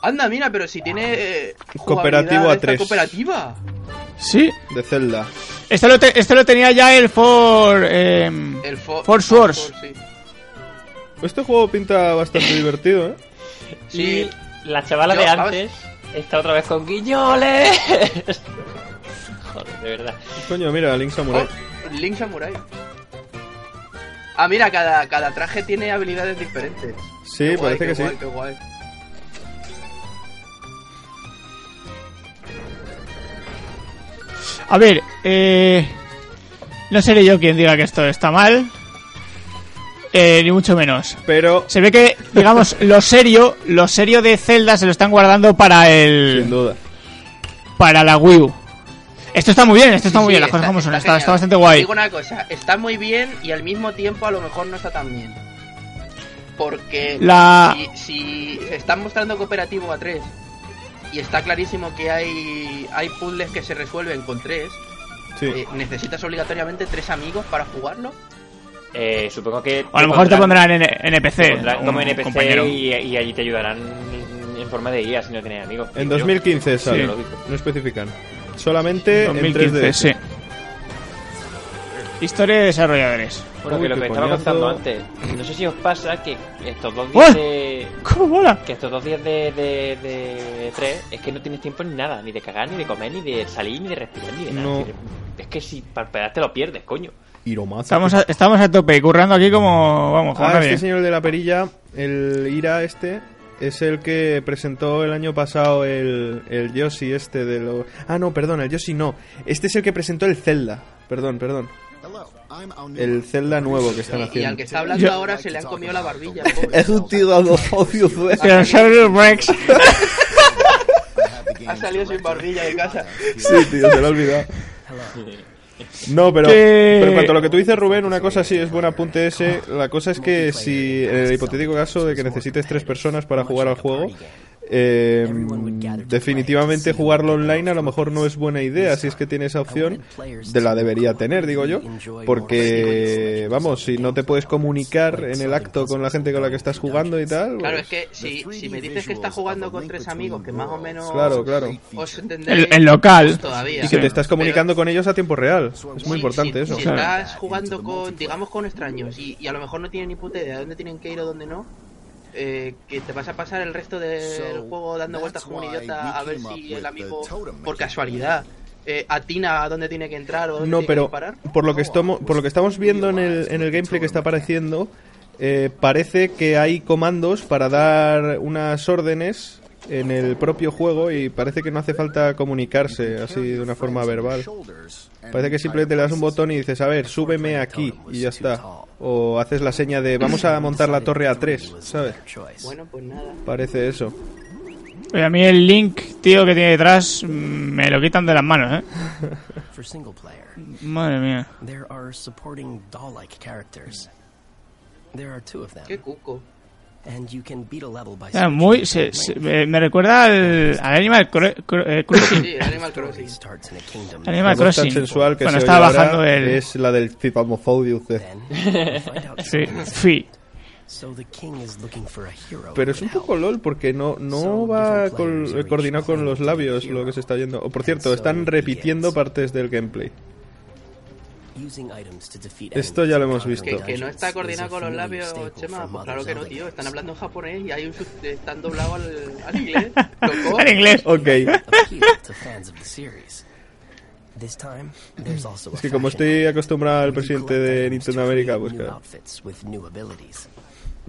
[SPEAKER 4] Anda, mira, pero si tiene eh,
[SPEAKER 5] Ah, Cooperativo
[SPEAKER 4] jugabilidad
[SPEAKER 5] a
[SPEAKER 4] esta
[SPEAKER 5] tres.
[SPEAKER 4] cooperativa.
[SPEAKER 2] Sí.
[SPEAKER 5] De Zelda.
[SPEAKER 2] Esto lo, te- esto lo tenía ya el For... em,
[SPEAKER 4] El Fo-
[SPEAKER 2] Force Wars.
[SPEAKER 4] Force, sí.
[SPEAKER 5] Este juego pinta bastante divertido, ¿eh?
[SPEAKER 4] Sí.
[SPEAKER 3] Y la chavala de
[SPEAKER 4] Yo, a
[SPEAKER 3] antes está otra vez con guiñoles. Joder, de verdad.
[SPEAKER 5] Coño, mira, Link Samurai.
[SPEAKER 4] Oh, Link Samurai. Ah, mira, cada, cada traje tiene habilidades diferentes.
[SPEAKER 5] Sí,
[SPEAKER 4] Qué guay,
[SPEAKER 5] parece
[SPEAKER 4] qué
[SPEAKER 5] que sí.
[SPEAKER 4] guay, qué guay.
[SPEAKER 2] A ver, eh, no seré yo quien diga que esto está mal. Eh, ni mucho menos.
[SPEAKER 5] Pero,
[SPEAKER 2] Se ve que, digamos, lo serio, lo serio de Zelda se lo están guardando para
[SPEAKER 5] sin
[SPEAKER 2] el,
[SPEAKER 5] duda.
[SPEAKER 2] para la Wii U. Esto está muy bien, esto está
[SPEAKER 4] Sí,
[SPEAKER 2] muy bien,
[SPEAKER 4] sí,
[SPEAKER 2] las cosas como son, está,
[SPEAKER 4] genial.
[SPEAKER 2] está bastante
[SPEAKER 4] Te
[SPEAKER 2] guay.
[SPEAKER 4] Digo una cosa, está muy bien y al mismo tiempo a lo mejor no está tan bien. Porque
[SPEAKER 2] La-
[SPEAKER 4] si, si se están mostrando cooperativo a tres y está clarísimo que hay, hay puzzles que se resuelven con tres,
[SPEAKER 5] Sí.
[SPEAKER 4] eh, ¿necesitas obligatoriamente tres amigos para jugarlo?
[SPEAKER 3] Eh, supongo que...
[SPEAKER 2] O a lo mejor te
[SPEAKER 3] pondrán-
[SPEAKER 2] pondrán en NPC,
[SPEAKER 3] pondrán como
[SPEAKER 2] un
[SPEAKER 3] NPC
[SPEAKER 2] compañero.
[SPEAKER 3] y, y allí te ayudarán en forma de guía si no tienes amigos.
[SPEAKER 5] En
[SPEAKER 3] Digo yo.
[SPEAKER 5] 2015 sale.
[SPEAKER 3] Sí. Lógico.
[SPEAKER 5] No especifican. Solamente en 3D.
[SPEAKER 2] 2015, sí. Historia de desarrolladores.
[SPEAKER 3] Bueno,
[SPEAKER 5] Uy,
[SPEAKER 3] que lo
[SPEAKER 5] qué
[SPEAKER 3] que estaba
[SPEAKER 5] coñazo.
[SPEAKER 3] contando antes, no sé si os pasa que estos dos días
[SPEAKER 2] ¡Uah!
[SPEAKER 3] de...
[SPEAKER 2] ¿Cómo mola?
[SPEAKER 3] Que estos dos días de, de, de tres es que no tienes tiempo ni nada, ni de cagar, ni de comer, ni de salir, ni de respirar, ni de nada.
[SPEAKER 5] No.
[SPEAKER 3] Es decir, Es que si parpadeas te lo pierdes, coño.
[SPEAKER 5] Hiromazu.
[SPEAKER 2] Estamos a, estamos a tope, currando aquí como, vamos, como
[SPEAKER 5] Ah,
[SPEAKER 2] nadie.
[SPEAKER 5] este señor de la perilla, el Ira este, es el que presentó el año pasado el, el Yoshi este de los... Ah, no, perdón, el Yoshi no. Este es el que presentó el Zelda. Perdón, perdón.
[SPEAKER 6] Hello, I'm Aonuma.
[SPEAKER 5] El Zelda nuevo que están
[SPEAKER 4] Y, y al
[SPEAKER 5] haciendo.
[SPEAKER 4] que está hablando
[SPEAKER 2] Yo-
[SPEAKER 4] ahora se le han comido la barbilla.
[SPEAKER 6] Es un
[SPEAKER 5] tiranosaurio
[SPEAKER 6] pues.
[SPEAKER 5] Ah,
[SPEAKER 2] Tyrannosaurus Rex.
[SPEAKER 4] Ha salido sin barbilla de casa.
[SPEAKER 5] Sí, tío, se lo he olvidado. No, pero,
[SPEAKER 2] Que-
[SPEAKER 5] pero en cuanto a lo que tú dices, Rubén, una cosa sí es buen apunte ese. La cosa es que si en el hipotético caso de que necesites tres personas para jugar al juego, eh, definitivamente jugarlo online a lo mejor no es buena idea. Si es que tiene esa opción, de la debería tener, digo yo. Porque, vamos, si no te puedes comunicar en el acto con la gente con la que estás jugando y tal.
[SPEAKER 4] Claro,
[SPEAKER 5] pues,
[SPEAKER 4] es que si, si me dices que estás jugando con tres amigos que más o menos
[SPEAKER 5] Claro, claro.
[SPEAKER 4] os entenderéis
[SPEAKER 2] El, el local.
[SPEAKER 4] todavía.
[SPEAKER 5] Y que te estás
[SPEAKER 4] Pero-
[SPEAKER 5] comunicando con ellos a tiempo real. Es muy
[SPEAKER 4] Sí,
[SPEAKER 5] importante
[SPEAKER 4] si-
[SPEAKER 5] eso.
[SPEAKER 4] Si
[SPEAKER 2] claro.
[SPEAKER 4] estás jugando con, digamos, con extraños y, y a lo mejor no tienen ni puta idea de dónde tienen que ir o dónde no, eh, que te vas a pasar el resto del juego dando vueltas como un idiota a ver si el amigo, por casualidad, eh, atina a dónde tiene que entrar o dónde
[SPEAKER 5] No,
[SPEAKER 4] tiene que
[SPEAKER 5] pero
[SPEAKER 4] disparar.
[SPEAKER 5] por lo que estamos, por lo que estamos viendo en el, en el gameplay que está apareciendo, eh, parece que hay comandos para dar unas órdenes en el propio juego y parece que no hace falta comunicarse así de una forma verbal. Parece que simplemente le das un botón y dices, a ver, súbeme aquí y ya está. O haces la seña de, vamos a montar la torre a tres, ¿sabes?
[SPEAKER 4] Bueno, pues nada.
[SPEAKER 5] Parece eso.
[SPEAKER 2] Oye, a mí el link, tío, que tiene detrás, mm, me lo quitan de las manos, ¿eh?
[SPEAKER 7] For single player,
[SPEAKER 2] Madre mía.
[SPEAKER 7] there are supporting doll-like characters. There are two of
[SPEAKER 4] Qué
[SPEAKER 7] them,
[SPEAKER 4] cuco.
[SPEAKER 7] and you can beat a level by.
[SPEAKER 2] Era muy,
[SPEAKER 7] searching
[SPEAKER 2] se- se-
[SPEAKER 7] for
[SPEAKER 2] me, me recuerda al, al Animal Cro- Cro- eh, Crossing.
[SPEAKER 4] Sí, Animal
[SPEAKER 7] the story
[SPEAKER 4] Crossing.
[SPEAKER 7] starts in a kingdom.
[SPEAKER 2] Animal
[SPEAKER 5] La voz tan
[SPEAKER 2] Crossing.
[SPEAKER 5] sensual que
[SPEAKER 2] Bueno,
[SPEAKER 5] se oye
[SPEAKER 2] estaba
[SPEAKER 5] ahora
[SPEAKER 2] bajando el...
[SPEAKER 5] es la del Cipamofodius.
[SPEAKER 7] Then you find out
[SPEAKER 2] Sí,
[SPEAKER 7] something.
[SPEAKER 2] sí.
[SPEAKER 7] So the king is looking for a hero.
[SPEAKER 5] Pero
[SPEAKER 7] who
[SPEAKER 5] es un
[SPEAKER 7] can help.
[SPEAKER 5] poco LOL porque no, no va col- eh, coordinado con los labios lo que se está oyendo. O por cierto, están repitiendo partes del gameplay.
[SPEAKER 7] Using items to defeat
[SPEAKER 5] Esto
[SPEAKER 7] enemies
[SPEAKER 5] ya lo
[SPEAKER 7] and
[SPEAKER 5] hemos
[SPEAKER 7] conquer
[SPEAKER 5] visto.
[SPEAKER 4] Que, que no está
[SPEAKER 7] dungeons is a
[SPEAKER 4] coordinado con los
[SPEAKER 7] familiar
[SPEAKER 4] labios,
[SPEAKER 7] staple
[SPEAKER 4] Chema.
[SPEAKER 7] for
[SPEAKER 4] Pues claro que no,
[SPEAKER 7] mothers
[SPEAKER 4] tío.
[SPEAKER 7] and
[SPEAKER 4] Están
[SPEAKER 7] ladies.
[SPEAKER 4] hablando en japonés y hay un sub- están doblados al, al inglés. Loco.
[SPEAKER 2] En inglés.
[SPEAKER 5] Ok.
[SPEAKER 7] Appeal to fans of the series. This time, there's also a
[SPEAKER 5] Es que como
[SPEAKER 7] fashion
[SPEAKER 5] estoy acostumbrado al
[SPEAKER 7] You collect
[SPEAKER 5] presidente de
[SPEAKER 7] items to
[SPEAKER 5] Nintendo América,
[SPEAKER 7] create
[SPEAKER 5] pues
[SPEAKER 7] new
[SPEAKER 5] claro.
[SPEAKER 7] outfits with new abilities.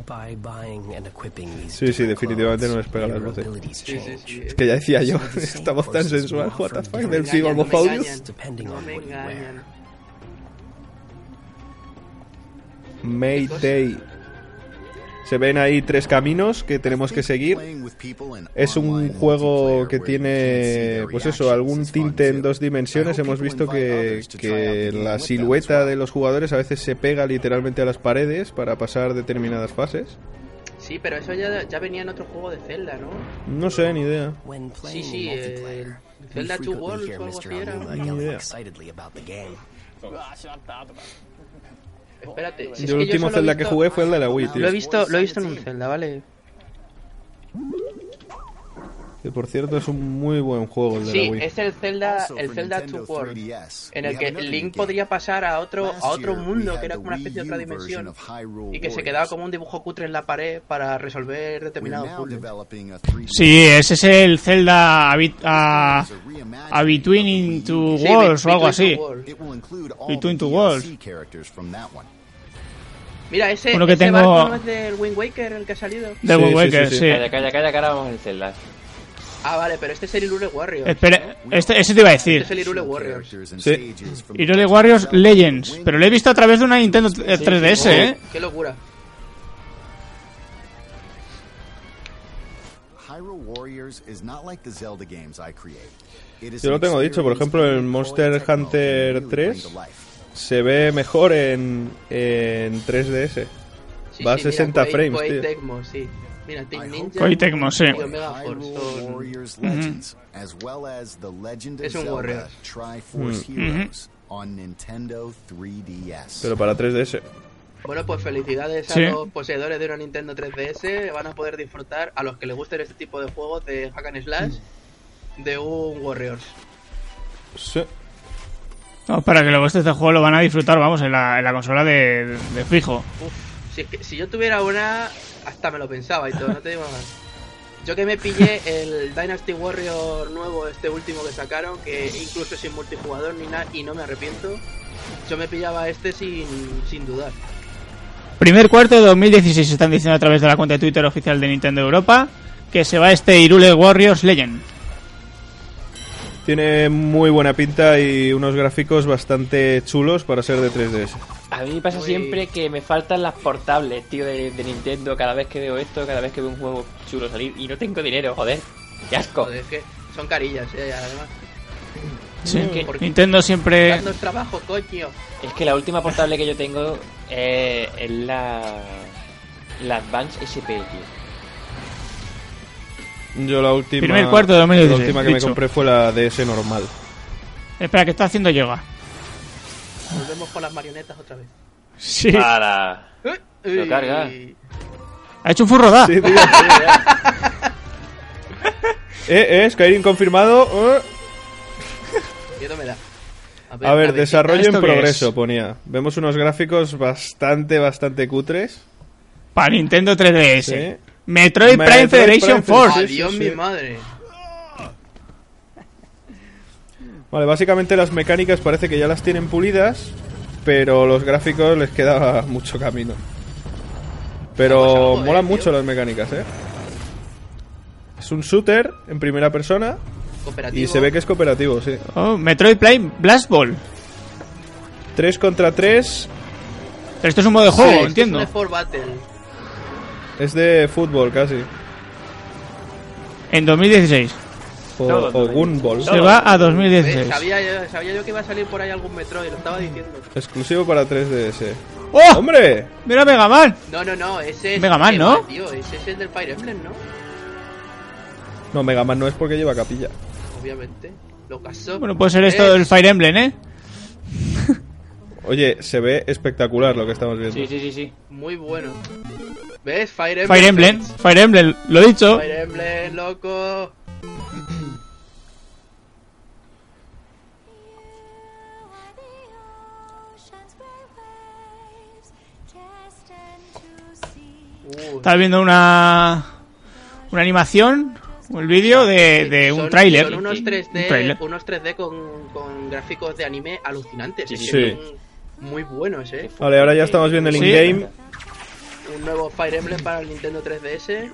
[SPEAKER 7] By buying and equipping these
[SPEAKER 5] Sí, sí,
[SPEAKER 7] different
[SPEAKER 5] definitivamente no
[SPEAKER 7] clothes,
[SPEAKER 5] les pega las
[SPEAKER 7] your
[SPEAKER 5] voces.
[SPEAKER 7] abilities
[SPEAKER 4] Sí, sí,
[SPEAKER 7] change.
[SPEAKER 4] sí.
[SPEAKER 5] Es que ya decía yo,
[SPEAKER 7] So the same
[SPEAKER 5] esta voz tan
[SPEAKER 7] courses
[SPEAKER 5] sensual,
[SPEAKER 7] will
[SPEAKER 5] what the
[SPEAKER 7] offer
[SPEAKER 5] fuck,
[SPEAKER 7] different
[SPEAKER 5] del
[SPEAKER 7] guidance
[SPEAKER 5] Cipamofodius.
[SPEAKER 7] Depending
[SPEAKER 4] No
[SPEAKER 7] on
[SPEAKER 4] me
[SPEAKER 7] what you wear.
[SPEAKER 4] engañan.
[SPEAKER 5] Mayday. Se ven ahí tres caminos que tenemos que seguir. Es un juego que tiene, pues eso, algún tinte en dos dimensiones. Hemos visto que, que la silueta de los jugadores a veces se pega literalmente a las paredes para pasar determinadas fases.
[SPEAKER 4] Sí, pero eso ya, ya venía en otro juego de Zelda, ¿no?
[SPEAKER 5] No sé, ni idea.
[SPEAKER 7] When
[SPEAKER 4] Sí,
[SPEAKER 7] playing
[SPEAKER 4] sí.
[SPEAKER 7] in
[SPEAKER 4] Eh,
[SPEAKER 7] multiplayer, we
[SPEAKER 4] Zelda 2
[SPEAKER 7] frequently
[SPEAKER 4] Worlds
[SPEAKER 7] hear
[SPEAKER 4] o algo así
[SPEAKER 7] Mr.
[SPEAKER 4] era.
[SPEAKER 7] Aluma
[SPEAKER 5] Ni
[SPEAKER 7] yelling
[SPEAKER 5] idea.
[SPEAKER 7] excitedly about the game.
[SPEAKER 4] Espérate. si es
[SPEAKER 5] Yo el
[SPEAKER 4] que
[SPEAKER 5] último
[SPEAKER 4] solo he
[SPEAKER 5] Zelda que
[SPEAKER 4] visto-
[SPEAKER 5] jugué fue el de la Wii,
[SPEAKER 4] Lo
[SPEAKER 5] tío.
[SPEAKER 4] he visto, lo he visto en un Zelda, ¿vale?
[SPEAKER 5] Que por cierto es un muy buen juego el de
[SPEAKER 4] Sí,
[SPEAKER 5] la Wii.
[SPEAKER 4] es el Zelda, el Zelda 2 World. En el que Link podría pasar a otro, a otro mundo, que era como una especie de otra dimensión, y que se quedaba como un dibujo cutre en la pared para resolver determinados puzzles.
[SPEAKER 2] Sí, ese es el Zelda a, bit- a, a Between into
[SPEAKER 4] Sí,
[SPEAKER 2] Worlds o algo
[SPEAKER 4] Between
[SPEAKER 2] así.
[SPEAKER 4] Two Worlds.
[SPEAKER 6] Y
[SPEAKER 2] Between Two Worlds.
[SPEAKER 4] Mira, ese,
[SPEAKER 2] Uno que
[SPEAKER 4] ese
[SPEAKER 2] tengo-
[SPEAKER 4] barco no es del Wind Waker el que ha salido.
[SPEAKER 2] De
[SPEAKER 5] Sí,
[SPEAKER 2] Wind
[SPEAKER 5] sí,
[SPEAKER 2] Waker,
[SPEAKER 5] sí, sí.
[SPEAKER 2] sí.
[SPEAKER 3] Calla, calla, calla, que ahora vamos al Zelda.
[SPEAKER 4] Ah, vale, pero este es el Irule Warrior.
[SPEAKER 2] Espera, este, ese te iba a decir.
[SPEAKER 4] Este es el Irule Warriors.
[SPEAKER 5] Sí.
[SPEAKER 2] Irule Warriors Legends. Pero lo he visto a través de una Nintendo eh, 3DS, ¿eh?
[SPEAKER 4] Qué locura.
[SPEAKER 6] Hyrule Warriors is not like the Zelda games I create. It is
[SPEAKER 5] Yo lo
[SPEAKER 6] an
[SPEAKER 5] tengo dicho, por
[SPEAKER 6] experience
[SPEAKER 5] ejemplo,
[SPEAKER 6] that
[SPEAKER 5] en
[SPEAKER 6] employs
[SPEAKER 5] Monster
[SPEAKER 6] technology
[SPEAKER 5] Hunter
[SPEAKER 6] to really bring
[SPEAKER 5] 3.
[SPEAKER 6] to life.
[SPEAKER 5] Se ve mejor en, en 3DS.
[SPEAKER 4] Sí,
[SPEAKER 5] Va a
[SPEAKER 4] sí, mira,
[SPEAKER 5] 60
[SPEAKER 4] Koei-
[SPEAKER 5] frames,
[SPEAKER 4] Koei
[SPEAKER 5] tío.
[SPEAKER 4] Tecmo, sí. Mira, Team Ninja.
[SPEAKER 2] Koei Tecmo, sí.
[SPEAKER 4] Y Omega Force
[SPEAKER 6] Hyrule
[SPEAKER 4] son-
[SPEAKER 6] Warriors
[SPEAKER 5] Mm-hmm.
[SPEAKER 6] Legends, as well as the Legend of
[SPEAKER 4] Es un
[SPEAKER 6] Zelda
[SPEAKER 4] warrior.
[SPEAKER 6] Triforce Heroes on Nintendo 3DS.
[SPEAKER 5] Mm-hmm. Pero para 3DS.
[SPEAKER 4] Bueno, pues felicidades
[SPEAKER 2] Sí.
[SPEAKER 4] a los poseedores de una Nintendo 3DS. Van a poder disfrutar, a los que les gusten este tipo de juegos de Hack and Slash, de un Warriors.
[SPEAKER 5] Sí.
[SPEAKER 2] No, para que luego este juego lo van a disfrutar, vamos, en la, en la consola de, de fijo.
[SPEAKER 4] Uf, si, es que- si yo tuviera una, hasta me lo pensaba y todo, no te digo más. Yo que me pillé el Dynasty Warrior nuevo, este último que sacaron, que incluso sin multijugador ni nada, y no me arrepiento. Yo me pillaba este sin, sin dudar.
[SPEAKER 2] Primer cuarto de 2016 están diciendo a través de la cuenta de Twitter oficial de Nintendo Europa que se va este Irule Warriors Legend.
[SPEAKER 5] Tiene muy buena pinta y unos gráficos bastante chulos para ser de 3DS.
[SPEAKER 3] A mí me pasa
[SPEAKER 4] Muy-
[SPEAKER 3] siempre que me faltan las portables, tío, de, de Nintendo. Cada vez que veo esto, cada vez que veo un juego chulo salir. Y no tengo dinero, joder. ¡Qué asco!
[SPEAKER 4] Joder, es que son carillas, eh, además.
[SPEAKER 2] Sí.
[SPEAKER 4] Porque-
[SPEAKER 2] Nintendo siempre...
[SPEAKER 4] Dando trabajo, coño.
[SPEAKER 3] Es que la última portable que yo tengo eh, es la... La Advance SP, tío.
[SPEAKER 5] Yo la última.
[SPEAKER 2] Primer cuarto de 2016,
[SPEAKER 5] La última que me
[SPEAKER 2] dicho.
[SPEAKER 5] compré fue la DS normal.
[SPEAKER 2] Espera, que está haciendo yoga.
[SPEAKER 4] Volvemos con las marionetas otra vez.
[SPEAKER 2] Sí.
[SPEAKER 3] Para...
[SPEAKER 4] Eh,
[SPEAKER 3] Lo
[SPEAKER 4] eh,
[SPEAKER 3] carga.
[SPEAKER 2] Ha hecho un furrodá.
[SPEAKER 5] Sí, tío. eh, eh, Skyrim confirmado. Eh.
[SPEAKER 4] Miedo me da.
[SPEAKER 5] A ver,
[SPEAKER 4] ver,
[SPEAKER 5] desarrollo
[SPEAKER 2] ¿esto
[SPEAKER 5] en
[SPEAKER 2] qué
[SPEAKER 5] progreso,
[SPEAKER 2] es?
[SPEAKER 5] ponía. Vemos unos gráficos bastante, bastante cutres.
[SPEAKER 2] Para Nintendo 3DS.
[SPEAKER 5] Sí.
[SPEAKER 2] Metroid Prime
[SPEAKER 5] Metroid Prime
[SPEAKER 2] Federation Force.
[SPEAKER 5] sí,
[SPEAKER 4] Adiós,
[SPEAKER 5] sí,
[SPEAKER 4] mi
[SPEAKER 5] sí.
[SPEAKER 4] madre.
[SPEAKER 5] Vale, básicamente las mecánicas parece que ya las tienen pulidas, pero los gráficos les queda mucho camino.
[SPEAKER 4] Vamos a
[SPEAKER 5] Pero
[SPEAKER 4] joder,
[SPEAKER 5] molan
[SPEAKER 4] tío.
[SPEAKER 5] mucho las mecánicas, ¿eh? Es un shooter en primera persona
[SPEAKER 4] Cooperativo.
[SPEAKER 5] y se ve que es cooperativo, sí.
[SPEAKER 2] Oh, Metroid Prime Blast Ball.
[SPEAKER 5] 3 contra 3
[SPEAKER 2] Pero esto es un modo de
[SPEAKER 4] Sí,
[SPEAKER 2] juego,
[SPEAKER 4] esto es
[SPEAKER 2] entiendo.
[SPEAKER 4] un effort battle.
[SPEAKER 5] es de fútbol casi.
[SPEAKER 2] En 2016.
[SPEAKER 5] O,
[SPEAKER 3] Todo, todo.
[SPEAKER 5] o Gunball.
[SPEAKER 2] Se va a 2016.
[SPEAKER 4] ¿Ves? Sabía, yo- sabía yo que iba a salir por ahí algún Metroid, lo estaba diciendo.
[SPEAKER 5] Exclusivo para 3DS.
[SPEAKER 2] ¡Oh!
[SPEAKER 5] ¡Hombre!
[SPEAKER 2] ¡Mira Mega Man!
[SPEAKER 4] No, no, no, ese es.
[SPEAKER 2] Mega Man,
[SPEAKER 4] eh,
[SPEAKER 2] ¿no?
[SPEAKER 4] Tío, ese es el del Fire Emblem, ¿no?
[SPEAKER 5] No, Mega Man no es porque lleva capilla.
[SPEAKER 4] Obviamente. Lo casó.
[SPEAKER 2] Bueno, puede ser esto del Fire Emblem, ¿eh?
[SPEAKER 5] Oye, se ve espectacular lo que estamos viendo.
[SPEAKER 3] Sí, sí, sí, sí.
[SPEAKER 4] Muy bueno. ¿Ves? Fire Emblem.
[SPEAKER 2] Fire Emblem,
[SPEAKER 4] Friends.
[SPEAKER 2] Fire Emblem, lo he dicho.
[SPEAKER 4] Fire Emblem, loco. Uh,
[SPEAKER 2] Estaba viendo una una animación, el vídeo de, de un
[SPEAKER 4] son-
[SPEAKER 2] tráiler.
[SPEAKER 4] Son unos 3D,
[SPEAKER 2] Un tráiler.
[SPEAKER 4] Unos 3D con, con gráficos de anime alucinantes.
[SPEAKER 3] Sí,
[SPEAKER 4] es
[SPEAKER 5] sí.
[SPEAKER 4] que son Muy buenos, ¿eh?
[SPEAKER 5] Vale, ahora ya estamos viendo el
[SPEAKER 2] Sí.
[SPEAKER 5] in-game.
[SPEAKER 4] Un nuevo Fire Emblem para el Nintendo 3DS.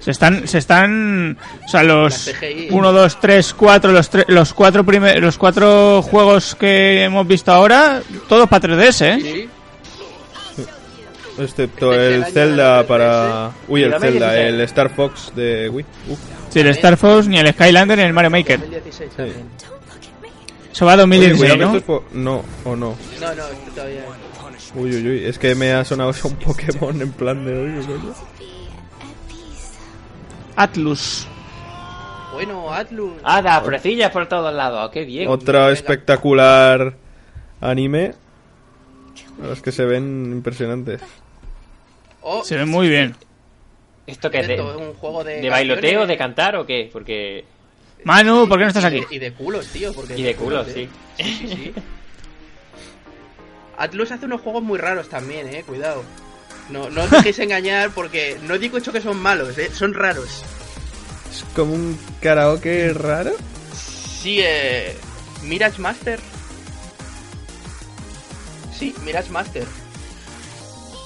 [SPEAKER 2] Se están, se están, o sea, los
[SPEAKER 4] La CGI.
[SPEAKER 2] 1, 2, 3, 4, los, tre- los, cuatro prime- los cuatro juegos que hemos visto ahora, todos para 3DS, ¿eh?
[SPEAKER 4] Sí.
[SPEAKER 5] Excepto
[SPEAKER 4] Este es el
[SPEAKER 5] el
[SPEAKER 4] año
[SPEAKER 5] Zelda
[SPEAKER 4] del 3DS.
[SPEAKER 5] para... Uy, el
[SPEAKER 3] Mírame que
[SPEAKER 5] Zelda,
[SPEAKER 3] sí sé.
[SPEAKER 5] el Star Fox de Wii. Uf.
[SPEAKER 2] Si el Star Fox, ni el Skylander, ni el Mario Maker.
[SPEAKER 4] 2016 también.
[SPEAKER 2] Se va a
[SPEAKER 5] Oye,
[SPEAKER 2] 2016,
[SPEAKER 5] cuidado que esto
[SPEAKER 2] ¿no?
[SPEAKER 5] es po- No, o no.
[SPEAKER 4] No, no, este todavía.
[SPEAKER 5] Uy, uy, uy. Es que me ha sonado un Pokémon en plan de... Oye, coño.
[SPEAKER 2] Atlus.
[SPEAKER 4] Bueno, Atlus.
[SPEAKER 3] Ada, florecillas por todos lados, Oh, qué bien.
[SPEAKER 5] Otra espectacular anime. Los que se ven impresionantes.
[SPEAKER 4] Oh,
[SPEAKER 2] Se ve muy bien.
[SPEAKER 3] ¿Esto qué es?
[SPEAKER 4] esto es
[SPEAKER 3] ¿De,
[SPEAKER 4] un juego de.
[SPEAKER 3] de bailoteo,
[SPEAKER 4] canciones
[SPEAKER 3] de cantar o qué? Porque.
[SPEAKER 2] Manu, Uh, ¿por qué no estás
[SPEAKER 4] y
[SPEAKER 2] aquí?
[SPEAKER 4] de- Y de culos, tío. Porque
[SPEAKER 3] Y de culos, sí.
[SPEAKER 4] Sí, sí, sí. Atlus hace unos juegos muy raros también, eh. Cuidado. No, no os dejéis engañar porque no digo hecho que son malos, eh. Son raros.
[SPEAKER 5] Es como un karaoke raro.
[SPEAKER 4] Sí, eh. Mirage Master. Sí, Mirage Master.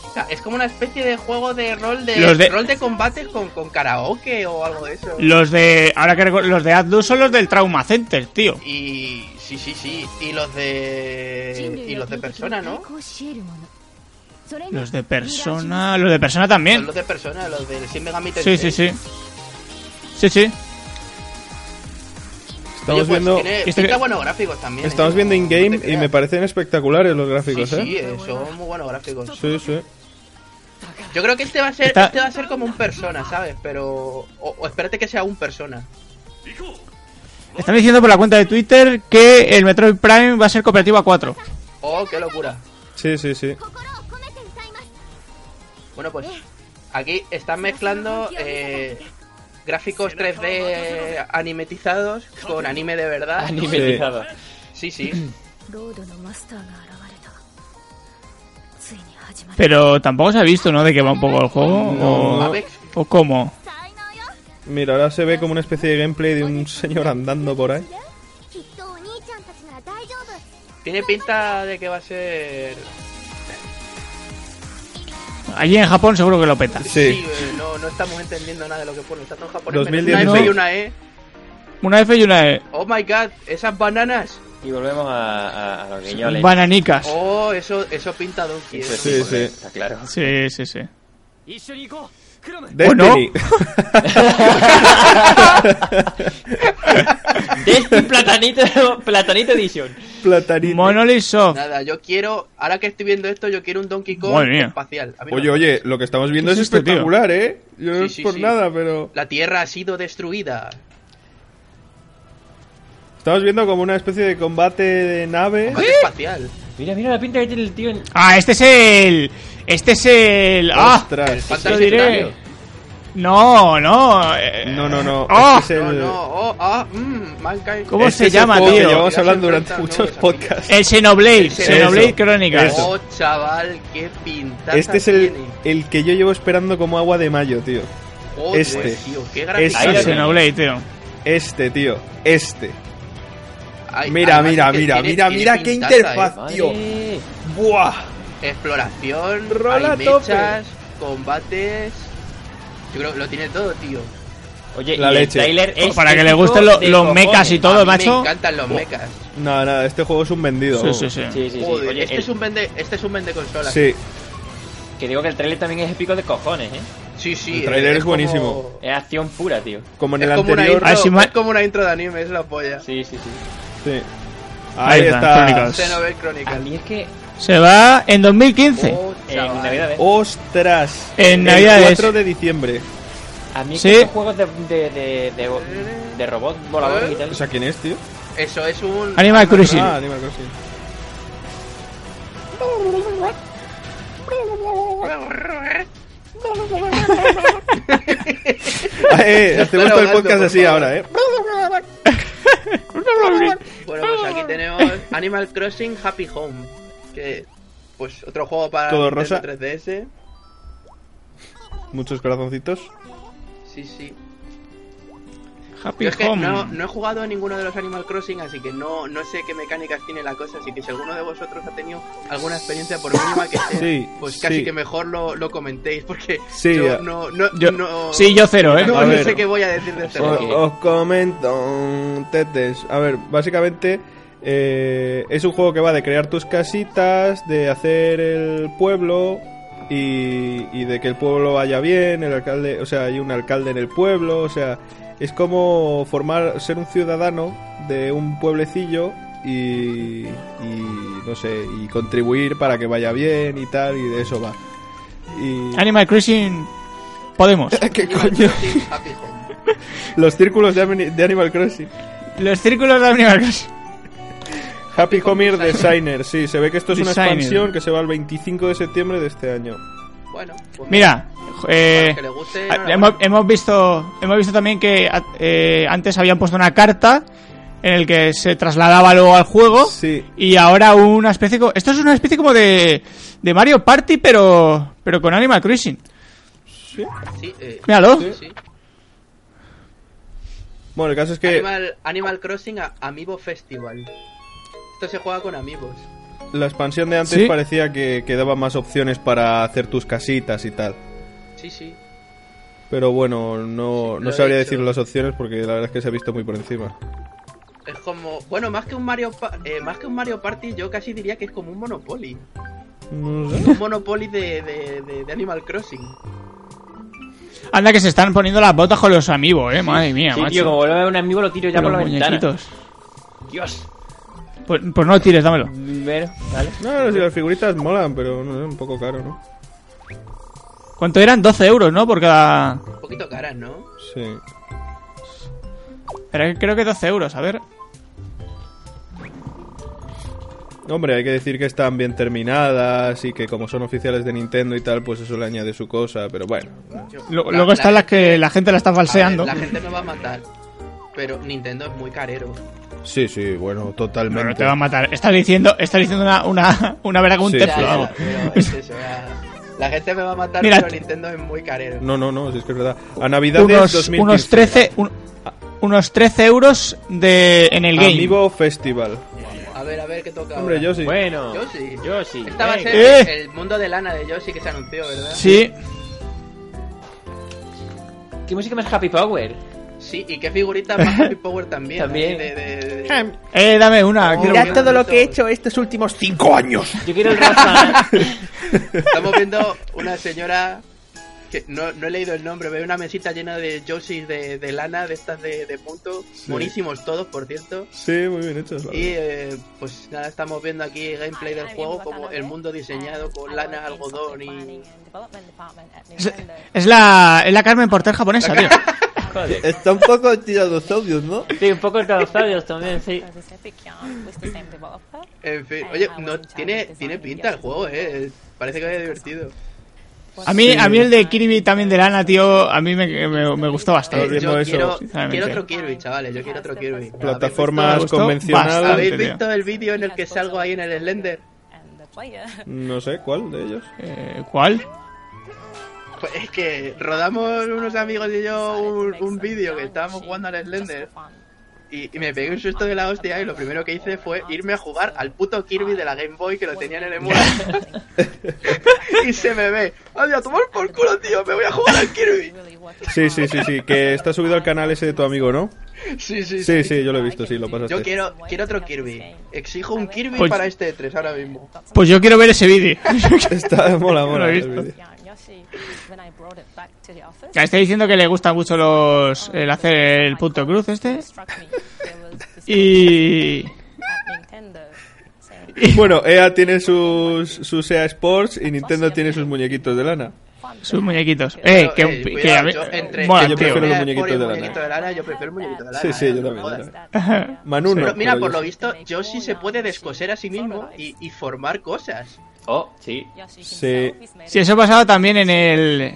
[SPEAKER 4] O sea, es como una especie de juego de rol de,
[SPEAKER 2] Los de-
[SPEAKER 4] rol de combate con, con karaoke o algo de eso.
[SPEAKER 2] Los de, ahora que recu- los de Atlus son los del Trauma Center, tío.
[SPEAKER 4] Y sí, sí, sí. Y los de eh, y los de persona, ¿no?
[SPEAKER 2] Los de Persona, los de Persona también.
[SPEAKER 4] Son los de persona, los del Shin Megami
[SPEAKER 2] Sí,
[SPEAKER 4] Tensei.
[SPEAKER 2] sí, sí. Sí, sí.
[SPEAKER 5] Estamos
[SPEAKER 4] Oye, pues,
[SPEAKER 5] viendo...
[SPEAKER 4] tiene-
[SPEAKER 2] este-
[SPEAKER 4] pinta buenos gráficos también.
[SPEAKER 5] Estamos
[SPEAKER 4] ¿eh?
[SPEAKER 5] viendo
[SPEAKER 4] No
[SPEAKER 5] in-game
[SPEAKER 4] te
[SPEAKER 5] y me
[SPEAKER 4] creas.
[SPEAKER 5] parecen espectaculares los gráficos,
[SPEAKER 4] Sí, sí,
[SPEAKER 5] ¿eh?
[SPEAKER 4] eh, son muy buenos gráficos.
[SPEAKER 5] Sí, sí.
[SPEAKER 4] Yo creo que este va a ser
[SPEAKER 2] Está-
[SPEAKER 4] este va a ser como un persona, ¿sabes? Pero o, o espérate que sea un persona.
[SPEAKER 2] Están diciendo por la cuenta de Twitter que el Metroid Prime va a ser cooperativo a 4.
[SPEAKER 4] Oh, qué locura.
[SPEAKER 5] Sí, sí, sí.
[SPEAKER 4] Bueno, pues aquí están mezclando eh, gráficos 3D animetizados con anime de verdad.
[SPEAKER 3] Animalizado.
[SPEAKER 4] Sí, sí.
[SPEAKER 2] Pero tampoco se ha visto, ¿no? De que va un poco el juego.
[SPEAKER 5] No.
[SPEAKER 2] o, o cómo.
[SPEAKER 5] Mira, ahora se ve como una especie de gameplay de un señor andando por ahí.
[SPEAKER 4] Tiene pinta de que va a ser
[SPEAKER 2] Allí en Japón seguro que lo peta.
[SPEAKER 4] Sí,
[SPEAKER 5] Sí.
[SPEAKER 4] eh, no, no estamos entendiendo nada de lo que pone. Está todo en japonés.
[SPEAKER 5] 2019.
[SPEAKER 4] Una F y una E.
[SPEAKER 2] Una F y una E.
[SPEAKER 4] Oh my god, esas bananas.
[SPEAKER 3] Y volvemos a, a- a los guiñoles.
[SPEAKER 2] Bananicas.
[SPEAKER 4] Oh, eso, eso pinta Donkey. eh.
[SPEAKER 3] Eso
[SPEAKER 4] Eso.
[SPEAKER 5] Sí,
[SPEAKER 3] sí,
[SPEAKER 5] sí.
[SPEAKER 3] está claro.
[SPEAKER 2] Sí, sí, sí.
[SPEAKER 5] Destiny.
[SPEAKER 3] Destiny Platanito, Platanito Edition.
[SPEAKER 5] Platanito.
[SPEAKER 2] Monolith Soft.
[SPEAKER 4] Nada, yo quiero. Ahora que estoy viendo esto, yo quiero un Donkey Kong
[SPEAKER 2] Madre mía.
[SPEAKER 4] espacial. A mí no
[SPEAKER 5] Oye,
[SPEAKER 4] me
[SPEAKER 5] oye, lo que estamos viendo
[SPEAKER 2] ¿Qué
[SPEAKER 5] es,
[SPEAKER 2] es esto, tío?
[SPEAKER 5] espectacular, ¿eh? Yo no
[SPEAKER 4] Sí,
[SPEAKER 5] es
[SPEAKER 4] sí,
[SPEAKER 5] por
[SPEAKER 4] sí.
[SPEAKER 5] nada, pero...
[SPEAKER 4] La Tierra ha sido destruida.
[SPEAKER 5] Estamos viendo como una especie de combate de nave.
[SPEAKER 4] Combate espacial.
[SPEAKER 3] Mira, mira la pinta que tiene el tío en.
[SPEAKER 2] Ah, este es el. Este es el. ¡Ah!
[SPEAKER 5] ¡Ostras!
[SPEAKER 4] Fantasy
[SPEAKER 2] Lo diré.
[SPEAKER 4] Scenario.
[SPEAKER 2] No, no. eh,
[SPEAKER 5] No, no, no.
[SPEAKER 2] ¡Ah!
[SPEAKER 5] Este es
[SPEAKER 4] No,
[SPEAKER 5] el...
[SPEAKER 4] no, oh, ah, mmm, Mankind.
[SPEAKER 2] ¿Cómo
[SPEAKER 5] este
[SPEAKER 2] se
[SPEAKER 5] es el
[SPEAKER 2] llama,
[SPEAKER 5] juego que
[SPEAKER 2] tío?
[SPEAKER 5] llevamos hablando
[SPEAKER 4] Gracias,
[SPEAKER 5] durante
[SPEAKER 4] no,
[SPEAKER 5] muchos
[SPEAKER 4] no,
[SPEAKER 5] podcasts.
[SPEAKER 2] El Xenoblade.
[SPEAKER 4] Eso.
[SPEAKER 2] Xenoblade Chronicles.
[SPEAKER 5] Eso.
[SPEAKER 4] Oh, chaval, qué pintaza
[SPEAKER 5] Este es el,
[SPEAKER 4] tiene.
[SPEAKER 5] el que yo llevo esperando como agua de mayo, tío.
[SPEAKER 4] Joder,
[SPEAKER 5] este.
[SPEAKER 4] tío, qué
[SPEAKER 5] Este.
[SPEAKER 2] Ah, El
[SPEAKER 4] gráfico.
[SPEAKER 2] Xenoblade, tío.
[SPEAKER 5] Este, tío. Este.
[SPEAKER 4] Ay,
[SPEAKER 5] Mira,
[SPEAKER 4] además
[SPEAKER 5] mira,
[SPEAKER 4] es que
[SPEAKER 5] mira,
[SPEAKER 4] tiene-
[SPEAKER 5] mira,
[SPEAKER 4] tiene
[SPEAKER 5] mira qué
[SPEAKER 4] pintaza, eh.
[SPEAKER 5] interfaz, tío.
[SPEAKER 3] Madre.
[SPEAKER 5] Buah.
[SPEAKER 4] Exploración,
[SPEAKER 5] Rola
[SPEAKER 4] hay
[SPEAKER 5] a tope.
[SPEAKER 4] mechas, combates. Yo creo que lo tiene todo, tío.
[SPEAKER 3] Oye,
[SPEAKER 5] La
[SPEAKER 3] y
[SPEAKER 5] leche.
[SPEAKER 3] el trailer es
[SPEAKER 2] Para que le
[SPEAKER 3] épico
[SPEAKER 2] gusten lo-
[SPEAKER 3] de
[SPEAKER 2] los
[SPEAKER 3] cojones.
[SPEAKER 2] mecas y
[SPEAKER 4] A
[SPEAKER 2] todo,
[SPEAKER 4] mí Me
[SPEAKER 2] macho.
[SPEAKER 4] encantan los mecas.
[SPEAKER 5] Nada, nada, este juego es un vendido.
[SPEAKER 2] Sí, sí, sí.
[SPEAKER 3] Sí, sí, sí.
[SPEAKER 4] Joder,
[SPEAKER 3] Oye,
[SPEAKER 4] este,
[SPEAKER 3] el-
[SPEAKER 4] es un vende, este es un vende consolas.
[SPEAKER 5] Sí,
[SPEAKER 3] que digo que el trailer también es épico de cojones, ¿eh?
[SPEAKER 4] sí, sí.
[SPEAKER 5] El tráiler es
[SPEAKER 4] como-
[SPEAKER 5] buenísimo.
[SPEAKER 3] Es acción pura, tío.
[SPEAKER 5] como en
[SPEAKER 4] es
[SPEAKER 5] el
[SPEAKER 4] como una
[SPEAKER 5] anterior.
[SPEAKER 4] intro,
[SPEAKER 2] Ah, sí, ma-
[SPEAKER 4] es como una intro de anime, es la polla.
[SPEAKER 3] Sí, sí, sí.
[SPEAKER 5] Sí. Ahí,
[SPEAKER 2] Ahí está,
[SPEAKER 5] está.
[SPEAKER 2] Chronicles.
[SPEAKER 4] Xenoblade
[SPEAKER 3] A
[SPEAKER 4] Chronicles.
[SPEAKER 3] mí es que
[SPEAKER 2] Se va en 2015.
[SPEAKER 4] Oh, chaval.
[SPEAKER 3] en Navidades.
[SPEAKER 5] Ostras.
[SPEAKER 2] En
[SPEAKER 5] El
[SPEAKER 2] Navidades.
[SPEAKER 5] 4 de diciembre.
[SPEAKER 3] A mí es
[SPEAKER 2] Sí.
[SPEAKER 3] que estos juegos de, de, de, de, de robot voladores y tal.
[SPEAKER 5] ¿O sea, quién es, tío?
[SPEAKER 4] Eso es un.
[SPEAKER 2] Animal Crossing.
[SPEAKER 5] Ah, Animal Crossing. eh, hacemos todo el
[SPEAKER 4] ahogando,
[SPEAKER 5] podcast
[SPEAKER 4] por
[SPEAKER 5] así
[SPEAKER 4] favor.
[SPEAKER 5] ahora, eh.
[SPEAKER 4] Bueno, pues aquí tenemos Animal Crossing Happy Home. Que. Pues otro juego para
[SPEAKER 5] Todo
[SPEAKER 4] Nintendo
[SPEAKER 5] rosa.
[SPEAKER 4] 3DS.
[SPEAKER 5] Muchos corazoncitos.
[SPEAKER 4] Sí, sí.
[SPEAKER 2] Happy
[SPEAKER 4] Yo es que
[SPEAKER 2] Home.
[SPEAKER 4] no, no he jugado a ninguno de los Animal Crossing, así que no, no sé qué mecánicas tiene la cosa. Así que si alguno de vosotros ha tenido alguna experiencia, por mínima que sea,
[SPEAKER 5] Sí,
[SPEAKER 4] pues casi
[SPEAKER 5] sí.
[SPEAKER 4] que mejor lo, lo comentéis, porque
[SPEAKER 5] Sí,
[SPEAKER 4] yo
[SPEAKER 5] ya.
[SPEAKER 4] no, no,
[SPEAKER 2] Yo-
[SPEAKER 4] no,
[SPEAKER 2] Sí, yo cero, ¿eh?
[SPEAKER 4] no,
[SPEAKER 5] A
[SPEAKER 4] no
[SPEAKER 5] ver.
[SPEAKER 4] sé qué voy a decir de este
[SPEAKER 3] O-
[SPEAKER 4] juego.
[SPEAKER 3] Sí.
[SPEAKER 5] Os comento, tetes. A ver, básicamente eh, es un juego que va de crear tus casitas, de hacer el pueblo y, y de que el pueblo vaya bien, el alcalde, o sea, hay un alcalde en el pueblo, o sea, es como formar, ser un ciudadano de un pueblecillo y, y no sé, y contribuir para que vaya bien y tal, y de eso va. Y...
[SPEAKER 2] Animal Crossing. Podemos.
[SPEAKER 5] ¿Qué coño?
[SPEAKER 4] Sí, Happy Home.
[SPEAKER 5] Los círculos de, Ami- de Animal Crossing.
[SPEAKER 2] Los círculos de Animal Crossing.
[SPEAKER 5] Happy Homer Designer, sí, se ve que esto es
[SPEAKER 2] Designer.
[SPEAKER 5] una expansión que se va el 25 de septiembre de este año.
[SPEAKER 4] Bueno, pues
[SPEAKER 2] Mira,
[SPEAKER 4] para
[SPEAKER 2] eh,
[SPEAKER 4] los que le guste,
[SPEAKER 2] Ah,
[SPEAKER 4] enhorabuena.
[SPEAKER 2] Hemos, hemos visto hemos visto también que ah, eh, antes habían puesto una carta en el que se trasladaba luego al juego
[SPEAKER 5] Sí.
[SPEAKER 2] y ahora una especie co- esto es una especie como de, de Mario Party pero pero con Animal Crossing
[SPEAKER 4] Sí, eh,
[SPEAKER 2] míralo
[SPEAKER 4] sí, sí.
[SPEAKER 5] Bueno, el caso es que
[SPEAKER 4] Animal, Animal Crossing a- Amiibo Festival. Esto se juega con amigos.
[SPEAKER 5] la expansión de antes
[SPEAKER 2] Sí.
[SPEAKER 5] parecía que, que daba más opciones para hacer tus casitas y tal.
[SPEAKER 4] Sí, sí.
[SPEAKER 5] Pero bueno, no, no
[SPEAKER 4] Sí, lo
[SPEAKER 5] sabría
[SPEAKER 4] he
[SPEAKER 5] decir
[SPEAKER 4] hecho.
[SPEAKER 5] las opciones porque la verdad es que se ha visto muy por encima.
[SPEAKER 4] Es como, bueno, más que un Mario, Pa- eh, más que un Mario Party, yo casi diría que es como un Monopoly,
[SPEAKER 5] No sé.
[SPEAKER 4] un Monopoly de, de, de- de Animal Crossing.
[SPEAKER 2] anda que se están poniendo las botas con los amigos eh madre mía
[SPEAKER 3] sí,
[SPEAKER 2] macho.
[SPEAKER 3] tío, como vuelve a ver un amigo lo tiro ya
[SPEAKER 2] Con
[SPEAKER 3] por
[SPEAKER 2] los
[SPEAKER 3] la ventana.
[SPEAKER 2] muñequitos
[SPEAKER 3] Dios.
[SPEAKER 2] pues, pues no lo tires dámelo
[SPEAKER 3] Bueno, vale.
[SPEAKER 5] No, si las figuritas molan, pero no sé, un poco caro, ¿no?
[SPEAKER 2] cuánto eran 12 euros no por cada
[SPEAKER 4] Un poquito caras, ¿no?
[SPEAKER 5] Sí.
[SPEAKER 2] era- creo que 12 euros a ver
[SPEAKER 5] Hombre, hay que decir que están bien terminadas y que como son oficiales de Nintendo y tal, pues eso le añade su cosa, pero bueno.
[SPEAKER 4] Yo-
[SPEAKER 2] Lu-
[SPEAKER 4] la-
[SPEAKER 2] luego
[SPEAKER 4] la-
[SPEAKER 2] están las que la gente la está
[SPEAKER 4] a ver,
[SPEAKER 2] falseando
[SPEAKER 4] la gente me va a matar, pero Nintendo es muy carero.
[SPEAKER 5] Sí, sí, bueno, totalmente.
[SPEAKER 2] no, no te va a matar estás diciendo estás diciendo una una una verdad con un
[SPEAKER 5] Sí.
[SPEAKER 2] teflo,
[SPEAKER 4] Ya, ya,
[SPEAKER 2] vamos.
[SPEAKER 4] pero es eso, ya. La gente me va a matar,
[SPEAKER 2] Mira,
[SPEAKER 4] pero Nintendo es muy carero.
[SPEAKER 5] No, no, no, si es que es verdad. A Navidad
[SPEAKER 2] unos, unos 13 un- unos 13 euros de en el game
[SPEAKER 5] Amiibo Festival.
[SPEAKER 4] A ver, a ver qué toca.
[SPEAKER 5] Hombre,
[SPEAKER 4] ahora.
[SPEAKER 5] yo sí.
[SPEAKER 3] Bueno.
[SPEAKER 4] Yoshi.
[SPEAKER 3] Yoshi.
[SPEAKER 4] Esta va a
[SPEAKER 3] venga.
[SPEAKER 4] ser
[SPEAKER 2] Eh.
[SPEAKER 4] el mundo de lana de Yoshi que se anunció, ¿verdad?
[SPEAKER 2] sí
[SPEAKER 3] ¿Qué música más Happy Power?
[SPEAKER 4] Sí, y qué figurita más Happy Power también.
[SPEAKER 3] También.
[SPEAKER 4] ahí de- de- de-
[SPEAKER 2] eh dame una quiero-
[SPEAKER 4] Mirad todo lo que he hecho
[SPEAKER 7] estos últimos cinco años.
[SPEAKER 3] Yo quiero el Rafa. ¿eh?
[SPEAKER 4] Estamos viendo una señora que no, no he leído el nombre, veo una mesita llena de Yoshis de, de lana, de estas de, de punto, buenísimos todos, por cierto.
[SPEAKER 5] Sí, muy bien hecho. la
[SPEAKER 4] Y
[SPEAKER 5] verdad.
[SPEAKER 4] eh, pues nada, estamos viendo aquí
[SPEAKER 7] Ah,
[SPEAKER 4] gameplay del juego, como
[SPEAKER 7] ¿eh?
[SPEAKER 4] el mundo diseñado con lana, algodón y...
[SPEAKER 2] es, es la es la Carmen Porter japonesa tío
[SPEAKER 3] Joder.
[SPEAKER 5] Está un poco tiranosaurios, ¿no?
[SPEAKER 3] Sí, un poco el dinosaurios también, sí.
[SPEAKER 4] En fin, oye, no, tiene, tiene pinta el juego, eh. Parece que vaya divertido.
[SPEAKER 2] a mí a mí el de Kirby también de lana tío a mí me, me, me gustó
[SPEAKER 4] Eh,
[SPEAKER 2] bastante
[SPEAKER 5] Estamos
[SPEAKER 4] yo
[SPEAKER 5] viendo
[SPEAKER 4] quiero,
[SPEAKER 5] eso,
[SPEAKER 2] sinceramente.
[SPEAKER 4] quiero otro Kirby, chavales, yo quiero otro Kirby.
[SPEAKER 5] Plataformas
[SPEAKER 2] Me gustó
[SPEAKER 5] convencionales.
[SPEAKER 2] bastante,
[SPEAKER 4] ¿Habéis
[SPEAKER 2] tío.
[SPEAKER 4] visto el vídeo en el que salgo ahí en el Slender?
[SPEAKER 5] No sé, ¿cuál de ellos?
[SPEAKER 2] Eh, ¿cuál
[SPEAKER 4] Pues es que rodamos unos amigos y yo un, un vídeo que estábamos jugando al Slender y, y me pegué un susto de la hostia y lo primero que hice fue irme a jugar al puto Kirby de la Game Boy que lo tenía en el emulador. y se me ve. Oye, a tomar por culo, tío, me voy a jugar al Kirby.
[SPEAKER 5] Sí, sí, sí, sí. Que está subido al canal ese de tu amigo, ¿no?
[SPEAKER 4] Sí, sí, sí.
[SPEAKER 5] Sí, sí, yo lo he visto, sí, lo pasaste.
[SPEAKER 4] Yo quiero, quiero otro Kirby. Exijo un Kirby
[SPEAKER 2] Pues-
[SPEAKER 4] para este 3 ahora mismo.
[SPEAKER 2] Pues yo quiero ver ese vídeo.
[SPEAKER 5] Está, mola,
[SPEAKER 2] Yo lo
[SPEAKER 5] mola.
[SPEAKER 2] he
[SPEAKER 5] el
[SPEAKER 2] visto.
[SPEAKER 5] vídeo.
[SPEAKER 2] Ya Está diciendo que le gusta mucho los el hacer el punto cruz este. Y
[SPEAKER 5] Bueno, EA tiene sus, sus EA Sports y Nintendo tiene sus muñequitos de lana.
[SPEAKER 2] sus muñequitos. Eh,
[SPEAKER 4] Pero,
[SPEAKER 2] que,
[SPEAKER 4] eh,
[SPEAKER 2] que
[SPEAKER 4] cuidado,
[SPEAKER 2] a mí-
[SPEAKER 4] yo entre-
[SPEAKER 2] mola,
[SPEAKER 5] que yo
[SPEAKER 4] entre
[SPEAKER 2] tío.
[SPEAKER 5] prefiero los
[SPEAKER 4] Mea
[SPEAKER 5] muñequitos
[SPEAKER 4] Sport y
[SPEAKER 5] de lana.
[SPEAKER 4] muñequito Yo prefiero el muñequito de lana.
[SPEAKER 5] Sí, sí,
[SPEAKER 4] eh,
[SPEAKER 5] yo
[SPEAKER 4] no
[SPEAKER 5] también,
[SPEAKER 4] jodas.
[SPEAKER 5] yo Manu no.
[SPEAKER 4] Pero mira,
[SPEAKER 5] pero
[SPEAKER 4] por
[SPEAKER 5] yo-
[SPEAKER 4] lo visto, Yoshi se puede descoser a sí mismo y, y formar cosas.
[SPEAKER 3] Oh, sí.
[SPEAKER 5] Sí.
[SPEAKER 2] Sí, eso ha pasado también en el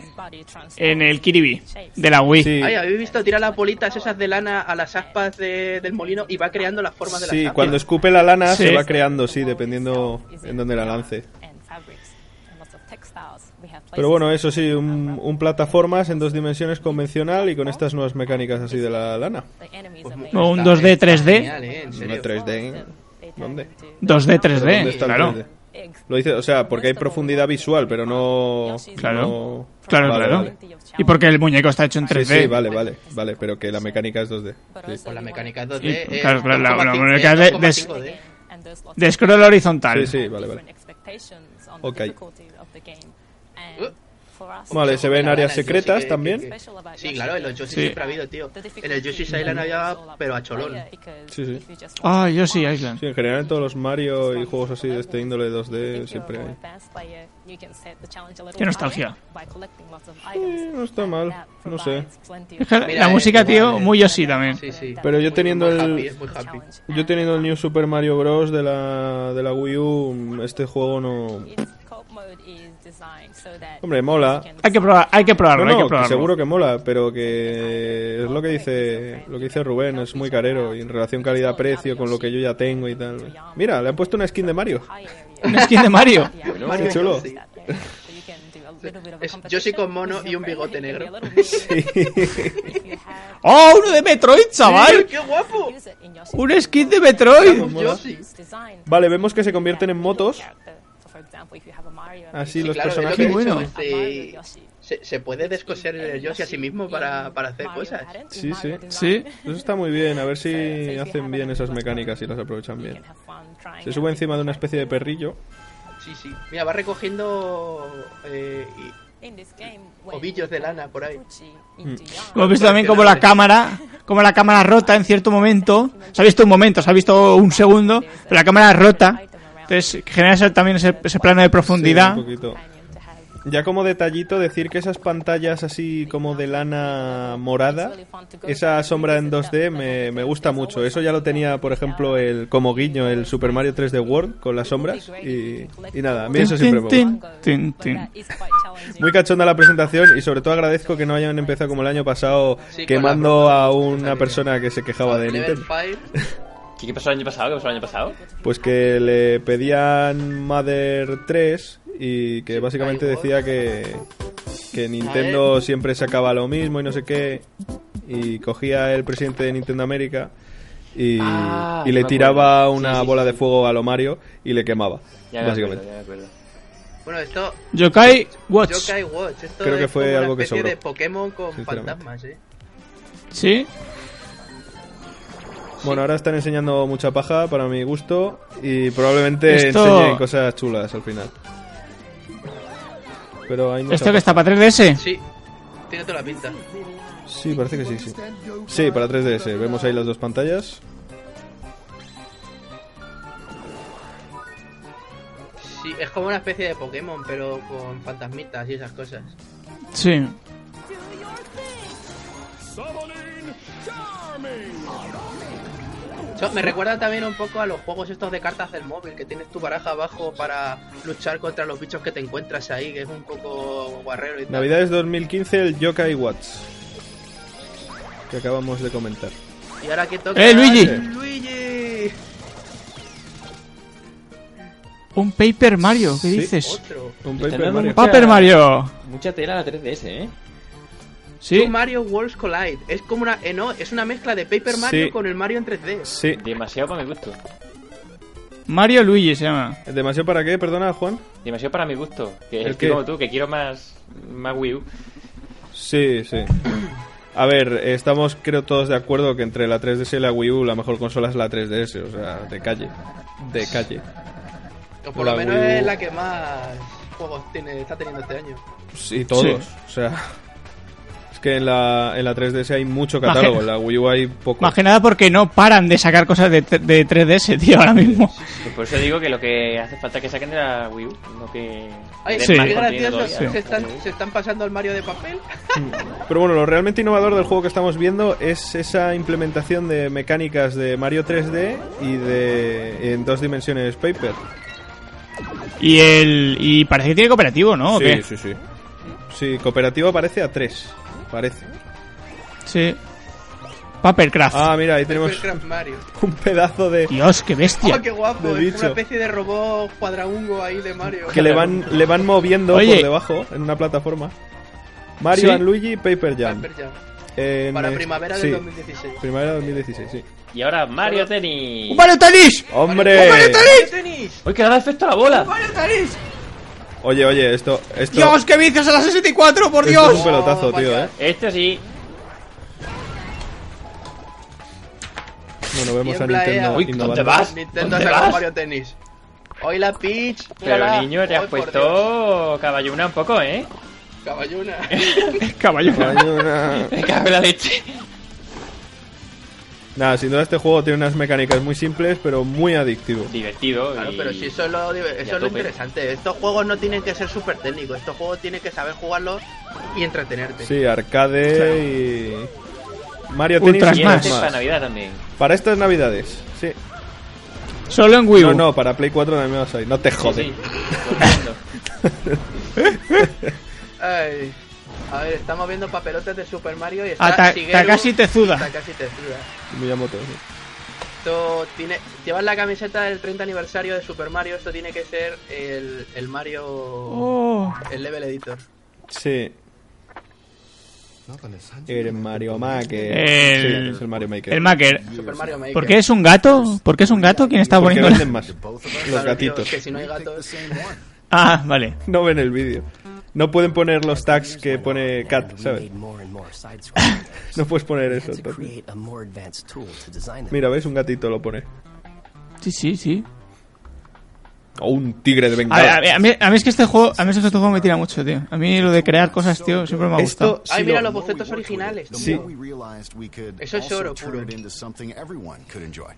[SPEAKER 2] en el Kirby de la Wii.
[SPEAKER 5] Sí,
[SPEAKER 4] Ay, ¿habéis visto tirar las bolitas esas de lana a las aspas de- del molino y va creando las formas de las
[SPEAKER 5] sí
[SPEAKER 4] aspas?
[SPEAKER 5] cuando escupe la lana
[SPEAKER 2] Sí.
[SPEAKER 5] se va creando, sí, dependiendo en dónde la lance. Pero bueno, eso sí, un, un plataformas en dos dimensiones convencional y con estas nuevas mecánicas así de la lana.
[SPEAKER 2] O un
[SPEAKER 4] Está-
[SPEAKER 2] 2D,
[SPEAKER 4] está
[SPEAKER 2] 3D.
[SPEAKER 4] genial, eh, en serio.
[SPEAKER 5] No 3D. ¿Dónde?
[SPEAKER 2] 2D,
[SPEAKER 5] ¿Dónde
[SPEAKER 2] 3D,
[SPEAKER 5] está el
[SPEAKER 2] claro.
[SPEAKER 5] 3D? Lo dice, o sea, porque hay profundidad visual, pero no.
[SPEAKER 2] Claro.
[SPEAKER 5] no-
[SPEAKER 2] Claro,
[SPEAKER 5] Vale,
[SPEAKER 2] claro.
[SPEAKER 5] vale.
[SPEAKER 2] Y porque el muñeco está hecho en 3D.
[SPEAKER 5] Sí, sí, vale, vale, vale, pero que la mecánica es 2D. Sí.
[SPEAKER 4] Pues la mecánica es 2D.
[SPEAKER 2] Y,
[SPEAKER 4] eh,
[SPEAKER 2] claro, claro, la- la
[SPEAKER 4] 2,5D,
[SPEAKER 2] mecánica de- de-
[SPEAKER 4] 2,5D.
[SPEAKER 2] De scroll horizontal.
[SPEAKER 5] Sí, sí, vale, vale. Ok.
[SPEAKER 4] Uh.
[SPEAKER 5] Vale, se ven áreas secretas también.
[SPEAKER 4] Sí, claro, en los Yoshi
[SPEAKER 2] Sí.
[SPEAKER 4] siempre ha habido, tío. En el Yoshi's Island había, pero a cholón.
[SPEAKER 5] Sí, sí.
[SPEAKER 2] Ah, yo sí, Island.
[SPEAKER 5] Sí, en general en todos los Mario y juegos así de este índole 2D siempre hay.
[SPEAKER 2] Qué nostalgia.
[SPEAKER 5] Eh, no está mal, no sé.
[SPEAKER 2] Es que la-
[SPEAKER 4] Mira,
[SPEAKER 2] la
[SPEAKER 4] eh,
[SPEAKER 2] música,
[SPEAKER 4] igual,
[SPEAKER 2] tío,
[SPEAKER 4] eh.
[SPEAKER 2] muy Yoshi también.
[SPEAKER 4] Sí, sí.
[SPEAKER 5] Pero yo teniendo
[SPEAKER 4] muy
[SPEAKER 5] el-
[SPEAKER 4] happy, es muy happy.
[SPEAKER 5] Yo teniendo el New Super Mario Bros. de la, de la Wii U, este juego no... Hombre, mola.
[SPEAKER 2] Hay que, probar, hay que
[SPEAKER 5] No,
[SPEAKER 2] probarlo, hay
[SPEAKER 5] no,
[SPEAKER 2] que
[SPEAKER 5] que
[SPEAKER 2] probarlo.
[SPEAKER 5] seguro que mola, pero que es lo que dice lo que dice Rubén, es muy carero y en relación calidad-precio con lo que yo ya tengo y tal. Mira, le han puesto una skin de Mario.
[SPEAKER 2] Una skin de Mario.
[SPEAKER 5] Qué chulo.
[SPEAKER 4] Sí. Es Yoshi con mono y un bigote negro.
[SPEAKER 2] ¡Oh, uno de Metroid, chaval!
[SPEAKER 4] ¡Qué guapo!
[SPEAKER 2] ¡Un skin de Metroid!
[SPEAKER 4] Yoshi.
[SPEAKER 5] Vale, vemos que se convierten en motos. Así
[SPEAKER 4] Sí,
[SPEAKER 5] los
[SPEAKER 4] claro, es lo
[SPEAKER 5] personajes...
[SPEAKER 4] que he
[SPEAKER 2] Qué
[SPEAKER 4] dicho,
[SPEAKER 2] bueno.
[SPEAKER 4] este, se, se puede descoser el Yoshi a sí mismo para, para hacer cosas.
[SPEAKER 5] Sí, sí.
[SPEAKER 2] Sí.
[SPEAKER 5] Eso está muy bien, a ver si hacen bien esas mecánicas y las aprovechan bien. Se sube encima de una especie de perrillo.
[SPEAKER 4] Sí, sí. Mira, va recogiendo eh, y- ovillos de lana por ahí.
[SPEAKER 2] Hemos visto también como la cámara, como la cámara rota en cierto momento. Se ha visto un momento, se ha visto un segundo, pero la cámara rota. Entonces genera ese- también ese, ese plano de profundidad.
[SPEAKER 5] Sí, un poquito. Ya como detallito decir que esas pantallas así como de lana morada, esa sombra en 2D me, me gusta mucho. Eso ya lo tenía, por ejemplo, el como guiño, el Super Mario 3D World con las sombras y, y nada, a mí eso
[SPEAKER 2] Tin,
[SPEAKER 5] siempre me gusta.
[SPEAKER 2] tin, tin, tin.
[SPEAKER 5] Muy cachonda la presentación y sobre todo agradezco que no hayan empezado como el año pasado
[SPEAKER 4] Sí, con
[SPEAKER 5] quemando
[SPEAKER 4] la
[SPEAKER 5] a una persona que se quejaba Ah, de
[SPEAKER 4] Level
[SPEAKER 5] Nintendo.
[SPEAKER 4] 5.
[SPEAKER 3] ¿Qué, qué pasó el año pasado? ¿Qué pasó el año pasado?
[SPEAKER 5] Pues que le pedían Mother 3 y que básicamente decía que, que Nintendo siempre sacaba lo mismo y no sé qué. Y cogía el presidente de Nintendo América y,
[SPEAKER 3] Ah,
[SPEAKER 5] y
[SPEAKER 3] ya
[SPEAKER 5] le
[SPEAKER 3] me
[SPEAKER 5] tiraba
[SPEAKER 3] acuerdo. Sí,
[SPEAKER 5] una
[SPEAKER 3] sí, sí,
[SPEAKER 5] bola de
[SPEAKER 3] sí.
[SPEAKER 5] fuego a lo Mario y le quemaba.
[SPEAKER 3] Ya me acuerdo,
[SPEAKER 5] básicamente.
[SPEAKER 3] ya me acuerdo.
[SPEAKER 4] Bueno, esto.
[SPEAKER 2] Yokai Watch.
[SPEAKER 4] Yokai Watch. Esto
[SPEAKER 5] Creo que
[SPEAKER 4] es
[SPEAKER 5] fue
[SPEAKER 4] como una
[SPEAKER 5] algo que
[SPEAKER 4] especie
[SPEAKER 5] sobró,
[SPEAKER 4] de Pokémon con
[SPEAKER 5] sinceramente.
[SPEAKER 4] fantasmas, ¿eh?
[SPEAKER 2] Sí.
[SPEAKER 5] Bueno, ahora están enseñando mucha paja para mi gusto y probablemente
[SPEAKER 2] Esto-
[SPEAKER 5] enseñen cosas chulas al final. Pero hay mucha
[SPEAKER 2] Esto ¿Este que
[SPEAKER 5] paja.
[SPEAKER 2] está para 3DS.
[SPEAKER 4] Sí. Tiene toda la pinta.
[SPEAKER 5] Sí, parece que sí, sí. Sí, para 3DS. Vemos ahí las dos pantallas.
[SPEAKER 4] Sí, es como una especie de Pokémon, pero con fantasmitas y esas cosas.
[SPEAKER 2] Sí.
[SPEAKER 4] Eso me recuerda también un poco a los juegos estos de cartas del móvil, que tienes tu baraja abajo para luchar contra los bichos que te encuentras ahí, que es un poco guarrero y tal.
[SPEAKER 5] Navidades 2015, el Yokai Watch. Que acabamos de comentar.
[SPEAKER 4] Y ahora que toca...
[SPEAKER 2] ¡Eh, Luigi!
[SPEAKER 4] ¡Luigi!
[SPEAKER 2] Un Paper Mario, ¿qué dices?
[SPEAKER 4] Otro.
[SPEAKER 5] Un
[SPEAKER 3] Tenemos
[SPEAKER 5] Paper Mario.
[SPEAKER 3] mucha-
[SPEAKER 2] Paper Mario.
[SPEAKER 3] Mucha tela la 3DS, ¿eh?
[SPEAKER 2] Sí.
[SPEAKER 4] Two Mario Worlds Collide. Es como una, eh, no, es una mezcla de Paper Mario
[SPEAKER 5] Sí.
[SPEAKER 4] con el Mario en 3D.
[SPEAKER 5] Sí.
[SPEAKER 3] Demasiado para mi gusto.
[SPEAKER 2] Mario Luigi se llama.
[SPEAKER 5] ¿Demasiado para qué? Perdona, Juan.
[SPEAKER 3] Demasiado para mi gusto. Que
[SPEAKER 5] ¿El qué?
[SPEAKER 3] estoy como tú, que quiero más, más Wii U.
[SPEAKER 5] Sí, sí. A ver, estamos creo todos de acuerdo que entre la 3DS y la Wii U la mejor consola es la 3DS, o sea, de calle. De calle.
[SPEAKER 4] O por lo
[SPEAKER 5] La
[SPEAKER 4] menos
[SPEAKER 5] Wii U.
[SPEAKER 4] es la que más juegos tiene, está teniendo este año.
[SPEAKER 5] Sí, Pues, todos.
[SPEAKER 2] Sí.
[SPEAKER 5] O sea, es que en la, en la 3DS hay mucho catálogo,
[SPEAKER 2] Imagina-
[SPEAKER 5] en la Wii U hay poco.
[SPEAKER 2] Más que nada porque no paran de sacar cosas de, t- de 3DS, tío, ahora mismo.
[SPEAKER 3] Pues por eso digo que lo que hace falta es que saquen de la Wii U, no que.
[SPEAKER 4] Ay,
[SPEAKER 3] que
[SPEAKER 2] Sí.
[SPEAKER 3] den más
[SPEAKER 4] qué
[SPEAKER 3] contenido
[SPEAKER 4] gracioso.
[SPEAKER 3] todavía.
[SPEAKER 4] Se, están, se están pasando al Mario de papel.
[SPEAKER 5] Pero bueno, lo realmente innovador del juego que estamos viendo es esa implementación de mecánicas de Mario 3D y de en dos dimensiones paper.
[SPEAKER 2] Y el y parece que tiene cooperativo, ¿no? ¿O
[SPEAKER 5] sí,
[SPEAKER 2] Oh, qué?
[SPEAKER 5] sí, sí. Sí, cooperativo aparece a 3, parece.
[SPEAKER 2] Sí. Papercraft.
[SPEAKER 5] Ah, mira, ahí tenemos
[SPEAKER 4] Papercraft Mario.
[SPEAKER 5] un pedazo de
[SPEAKER 2] Dios, qué bestia.
[SPEAKER 4] Oh, qué guapo.
[SPEAKER 5] de
[SPEAKER 4] Es
[SPEAKER 5] bicho.
[SPEAKER 4] una especie de robot cuadraungo ahí de Mario.
[SPEAKER 5] que le van le van moviendo
[SPEAKER 2] Oye.
[SPEAKER 5] por debajo en una plataforma. Mario
[SPEAKER 2] Sí.
[SPEAKER 5] and Luigi Paper Jam.
[SPEAKER 4] Paper Jam.
[SPEAKER 5] En,
[SPEAKER 4] Para
[SPEAKER 5] eh,
[SPEAKER 4] primavera
[SPEAKER 5] sí,
[SPEAKER 4] del 2016.
[SPEAKER 5] Primavera de 2016, sí.
[SPEAKER 3] Y ahora Mario Tennis.
[SPEAKER 2] ¡Un Mario Tennis!
[SPEAKER 5] ¡Hombre!
[SPEAKER 4] ¡Mario tenis!
[SPEAKER 3] ¡Uy, que le da efecto a la bola!
[SPEAKER 4] ¡Mario tenis!
[SPEAKER 5] Oye, oye, esto esto,
[SPEAKER 2] ¡Dios, qué vicios a las 64, por
[SPEAKER 5] esto es un
[SPEAKER 2] Dios!
[SPEAKER 5] pelotazo,
[SPEAKER 4] Oh, my
[SPEAKER 5] tío,
[SPEAKER 4] God.
[SPEAKER 5] eh.
[SPEAKER 3] Este sí.
[SPEAKER 5] Bueno, vemos a
[SPEAKER 4] Tiembla,
[SPEAKER 5] Nintendo
[SPEAKER 4] eh. Uy,
[SPEAKER 3] ¿dónde
[SPEAKER 5] innovando.
[SPEAKER 3] vas?
[SPEAKER 4] Nintendo
[SPEAKER 3] ¿Dónde
[SPEAKER 4] sacó
[SPEAKER 3] vas?
[SPEAKER 4] Mario tenis. Hoy la Peach.
[SPEAKER 3] Pero
[SPEAKER 4] mírala.
[SPEAKER 3] niño, te has
[SPEAKER 4] Ay, por Dios,
[SPEAKER 3] puesto caballuna un poco, ¿eh?
[SPEAKER 4] Caballuna.
[SPEAKER 2] Caballo.
[SPEAKER 5] Hay una-
[SPEAKER 3] Me cago en la leche.
[SPEAKER 5] Nada, sin duda este juego tiene unas mecánicas muy simples, pero muy adictivo.
[SPEAKER 3] Divertido.
[SPEAKER 4] Claro,
[SPEAKER 3] y-
[SPEAKER 4] pero si eso es lo, diver- eso es lo
[SPEAKER 3] tope.
[SPEAKER 4] interesante. Estos juegos no tienen que ser súper técnicos. Estos juegos tienes que saber jugarlos y entretenerte.
[SPEAKER 5] Sí, arcade y... Mario Tennis
[SPEAKER 2] Ultra
[SPEAKER 5] y
[SPEAKER 3] Y
[SPEAKER 2] Smash.
[SPEAKER 3] este
[SPEAKER 5] más.
[SPEAKER 3] es para Navidad también.
[SPEAKER 5] Para estas navidades, sí.
[SPEAKER 2] Solo en Wii U.
[SPEAKER 5] No, no, para Play 4 también vas a ir. No te jode.
[SPEAKER 3] Sí, sí. Todo el mundo.
[SPEAKER 4] Ay. A ver, estamos viendo papelotes de Super Mario y está
[SPEAKER 2] A Ah, Ta-
[SPEAKER 4] Shigeru
[SPEAKER 2] Takashi Tezuda.
[SPEAKER 4] Takashi Tezuda.
[SPEAKER 5] Miyamoto, sí.
[SPEAKER 4] Esto tiene... Llevas la camiseta del 30 aniversario de Super Mario. Esto tiene que ser el, el Mario...
[SPEAKER 2] Oh.
[SPEAKER 4] El level editor.
[SPEAKER 5] Sí. El Mario Maker.
[SPEAKER 2] El-
[SPEAKER 5] Sí, es el Mario Maker.
[SPEAKER 2] El Maker.
[SPEAKER 4] Super Mario Maker.
[SPEAKER 2] ¿Por qué es un gato? ¿Por qué es un gato quien está
[SPEAKER 5] Porque
[SPEAKER 2] poniendo
[SPEAKER 5] venden
[SPEAKER 2] la...
[SPEAKER 5] más. Los
[SPEAKER 4] Claro, tío,
[SPEAKER 5] gatitos.
[SPEAKER 4] que si no hay
[SPEAKER 6] We picked the
[SPEAKER 4] gatos...
[SPEAKER 6] same one.
[SPEAKER 2] Ah, vale.
[SPEAKER 5] No ven el vídeo. No pueden poner los tags que pone Cat,
[SPEAKER 7] And we
[SPEAKER 5] ¿sabes?
[SPEAKER 7] made more and more side-scrolling games.
[SPEAKER 5] No puedes poner
[SPEAKER 7] We had
[SPEAKER 5] eso.
[SPEAKER 7] to
[SPEAKER 5] entonces.
[SPEAKER 7] create a more advanced tool to design them.
[SPEAKER 5] Mira, ¿ves? Un gatito lo pone.
[SPEAKER 2] Sí, sí, sí.
[SPEAKER 5] O un tigre de
[SPEAKER 2] A,
[SPEAKER 5] bengala.
[SPEAKER 2] a- a mí, a mí es que este juego, a mí es que este juego me tira mucho, tío. A mí lo de crear cosas, tío, siempre me ha gustado.
[SPEAKER 5] Esto,
[SPEAKER 4] Ay,
[SPEAKER 5] si
[SPEAKER 4] mira
[SPEAKER 5] lo-
[SPEAKER 4] los bocetos originales.
[SPEAKER 6] The
[SPEAKER 5] Sí.
[SPEAKER 6] more we realized we could
[SPEAKER 4] Eso es
[SPEAKER 6] also
[SPEAKER 4] oro
[SPEAKER 6] turn
[SPEAKER 4] puro.
[SPEAKER 6] it into something everyone could enjoy.